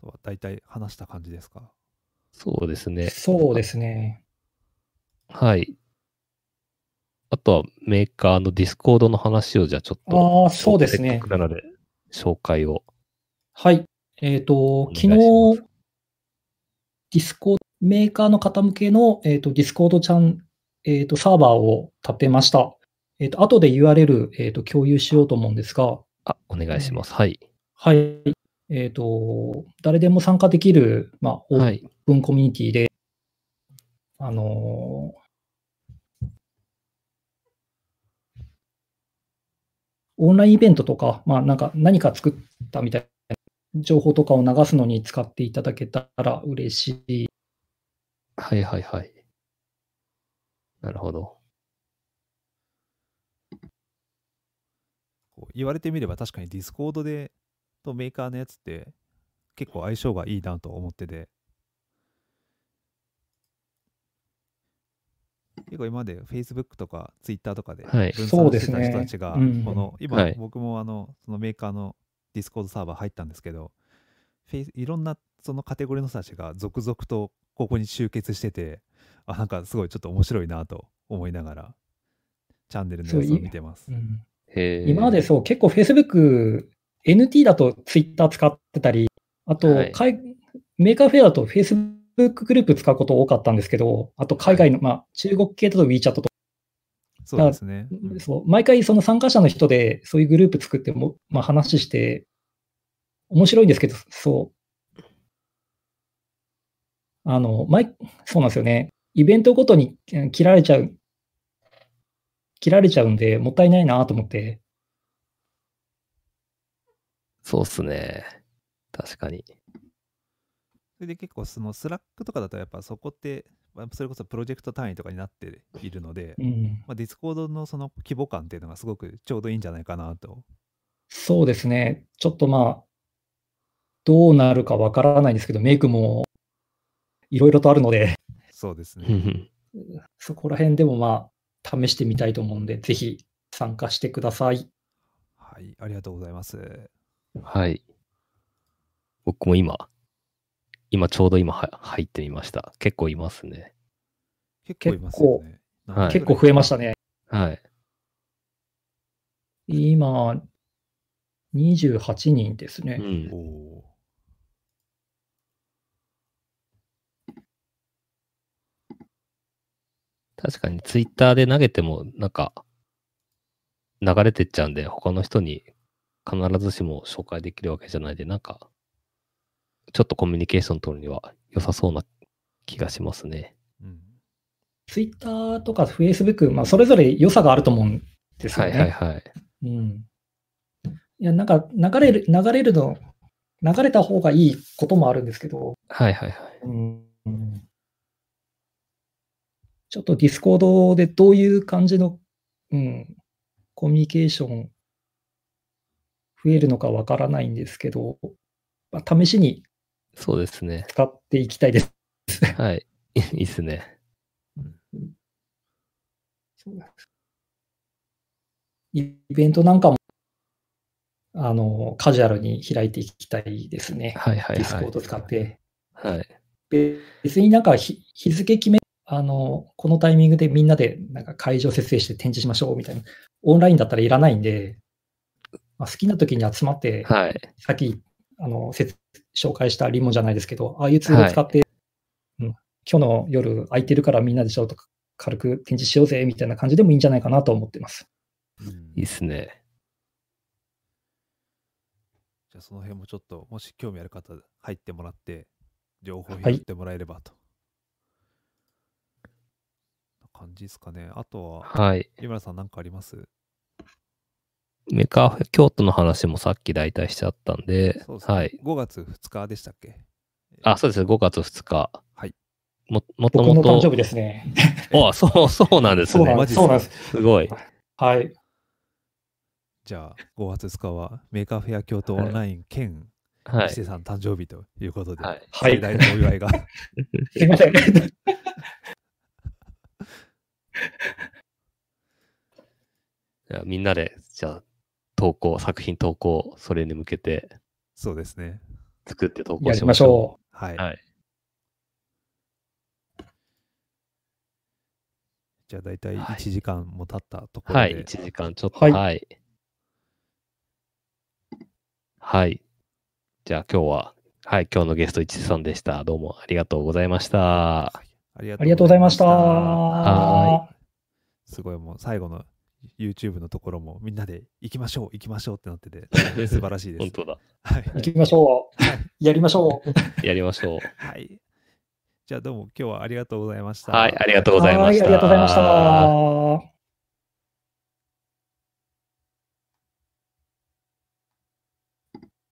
Speaker 2: あとは大体話した感じですか。
Speaker 1: そうですね。
Speaker 3: そうですね。
Speaker 1: はい。あとはメーカーのディスコードの話をじゃあちょっと
Speaker 3: ああ、そうですね。
Speaker 1: なので、紹介を。
Speaker 3: はい。えっ、と、昨日、デ
Speaker 1: お願いしま
Speaker 3: ィスコード、メーカーの方向けの、えー、とディスコードちゃん、えー、とサーバーを立てました。えっ、と、後で URL、えー、と共有しようと思うんですが、
Speaker 1: あ、お願いします。はい。
Speaker 3: はい。えっ、と、誰でも参加できる、まあ、オ
Speaker 1: は
Speaker 3: ー
Speaker 1: い。
Speaker 3: プンコミュニティで、あのーオンラインイベントとか、まあ、なんか何か作ったみたいな情報とかを流すのに使っていただけたら嬉しい。
Speaker 1: はいはいはい。なるほど。
Speaker 2: こう言われてみれば確かにディスコードでとメーカーのやつって結構相性がいいなと思ってて結構今まで Facebook とか Twitter とかで
Speaker 1: はい
Speaker 2: 分
Speaker 3: そ
Speaker 2: 散
Speaker 3: う
Speaker 2: し
Speaker 3: で
Speaker 2: て
Speaker 3: す
Speaker 2: た
Speaker 3: ね
Speaker 2: 人たちがこ
Speaker 3: うん
Speaker 2: の
Speaker 1: は
Speaker 2: 今
Speaker 1: い
Speaker 2: 僕もあのそのメーカーのディスコードサーバー入ったんですけどフェイスいろんなそのカテゴリーの人たちが続々とここに集結しててあなんかすごいちょっと面白いなと思いながらチャンネルのやつを見てます
Speaker 3: う。ん
Speaker 1: へー
Speaker 3: 今までそう、結構 Facebook、NT だと Twitter 使ってたり、あと、
Speaker 1: はい
Speaker 3: 海メーカーフェアだと Facebook グループ使うこと多かったんですけど、あと海外の、まあ、中国系だと WeChat とか、
Speaker 2: そうですね。うん
Speaker 3: そう毎回その参加者の人でそういうグループ作っても、まあ、話して、面白いんですけど、そう。あの、毎、そうなんですよね。イベントごとにえー切られちゃう、切られちゃうんで、もったいないなと思って。
Speaker 1: そうっすね。確かに。
Speaker 2: それで結構そのスラックとかだとやっぱそこってまあそれこそプロジェクト単位とかになっているので、
Speaker 3: うん。
Speaker 2: まあ、ディスコードのその規模感っていうのがすごくちょうどいいんじゃないかなと。
Speaker 3: そうですね。ちょっとまあ、どうなるかわからないんですけど、メイクもいろいろとあるので、
Speaker 2: そうです
Speaker 1: う
Speaker 2: ね。
Speaker 1: ん
Speaker 3: そこら辺でもまあ、試してみたいと思うんで、ぜひ参加してください。
Speaker 2: はい、ありがとうございます。
Speaker 1: はい。僕も今、今ちょうど今は入ってみました。結構いますね。
Speaker 2: 結構いますよね。
Speaker 1: 構
Speaker 2: なんか
Speaker 1: はい
Speaker 3: 結構増えましたね。
Speaker 1: はい。
Speaker 3: 今、 28人ですね。
Speaker 1: うん
Speaker 2: お。お
Speaker 1: 確かにツイッターで投げても、なんか、流れてっちゃうんで、他の人に必ずしも紹介できるわけじゃないで、なんか、ちょっとコミュニケーション取るには良さそうな気がしますね。
Speaker 2: ー。うん。
Speaker 3: ツイッターとかフェイスブック、まあ、それぞれ良さがあると思うんですよ
Speaker 1: は
Speaker 3: ね。
Speaker 1: いはいはい。
Speaker 3: うん。いや、なんか流れる、流れるの、流れた方がいいこともあるんですけど、
Speaker 1: はいはいはい。
Speaker 3: うん、ちょっとディスコードでどういう感じの、うん、コミュニケーション増えるのかわからないんですけど、まあ、試しに
Speaker 1: そうです ね。
Speaker 3: 使っていきたいです。
Speaker 1: はい。いいっすね。
Speaker 3: イベントなんかも、あの、カジュアルに開いていきたいですね。
Speaker 1: はいはい
Speaker 3: ディス
Speaker 1: は
Speaker 3: コー
Speaker 1: い。
Speaker 3: ド使って。
Speaker 1: はい。
Speaker 3: 別になんか日日付決め、あの、このタイミングでみんなでなんか会場設定して展示しましょうみたいな。オンラインだったらいらないんで、まあ、好きな時に集まって、
Speaker 1: はい。
Speaker 3: さっき、あの、せつ紹介したリモじゃないですけど、ああいうツールを使って、うん、今日の夜空いてるからみんなでちょっと軽く展示しようぜみたいな感じでもいいんじゃないかなと思ってます。
Speaker 2: うん
Speaker 1: いいっすね。
Speaker 2: じゃあその辺もちょっと、もし興味ある方、入ってもらって、情報を
Speaker 3: は
Speaker 2: 拾
Speaker 3: い
Speaker 2: ってもらえればと。感じですかね。あとは、
Speaker 1: はい。
Speaker 2: 井村さん何かあります
Speaker 1: メカフェ京都の話もさっき大体しちゃったんで、
Speaker 2: そうですね。
Speaker 1: はい。
Speaker 2: 5月2日でしたっけ
Speaker 1: あ、そうですね。5月2日。
Speaker 2: はい。
Speaker 1: も、もと
Speaker 3: 僕の
Speaker 1: も
Speaker 3: 誕生
Speaker 1: と、
Speaker 3: 日ですね。
Speaker 1: あ、そう、そうなんです
Speaker 3: そう
Speaker 1: ね
Speaker 3: な。ん
Speaker 2: マジ
Speaker 3: です。
Speaker 2: っすか
Speaker 3: そうなんです。
Speaker 1: すごい。
Speaker 3: はい。
Speaker 2: じゃあ、5月2日はメーカーフェア京都オ
Speaker 1: はい
Speaker 2: ンライン兼、
Speaker 1: は
Speaker 2: 伊勢
Speaker 1: い。
Speaker 2: さん誕生日ということで、
Speaker 1: はい。
Speaker 3: はい
Speaker 2: 盛大なお祝いが。
Speaker 3: すいません。
Speaker 1: じゃあみんなで、じゃあ、投稿、作品投稿、それに向けて
Speaker 2: そうですね。
Speaker 1: 作って投稿
Speaker 3: や
Speaker 1: し
Speaker 3: り
Speaker 1: ま
Speaker 3: ま
Speaker 1: し
Speaker 3: し
Speaker 1: ょ
Speaker 3: ょ
Speaker 2: はい。
Speaker 1: はい
Speaker 2: じゃあ、大体
Speaker 1: はい
Speaker 2: 1時間も経ったとこ
Speaker 1: う。
Speaker 2: ろで、
Speaker 1: はい。1時間ちょっと。は。
Speaker 3: はいい
Speaker 1: はい。じゃあ今日は、はい。今日のゲスト、一さんでした。どうもありがとうございました。
Speaker 2: ありが
Speaker 3: う。ありがとうございました。
Speaker 1: は
Speaker 2: すごいもう最後の YouTube のところもみんなで行きましょう、行きましょうってなってて、素晴らしいで
Speaker 1: 本
Speaker 2: す。
Speaker 1: 当だ。
Speaker 2: はい。
Speaker 3: 行きましょう。やりましょう。
Speaker 1: やりましょう。
Speaker 2: はい。じゃあどうも今日はありがとうございました。
Speaker 1: はい。ありがとうございました。
Speaker 3: はいありがとうございました。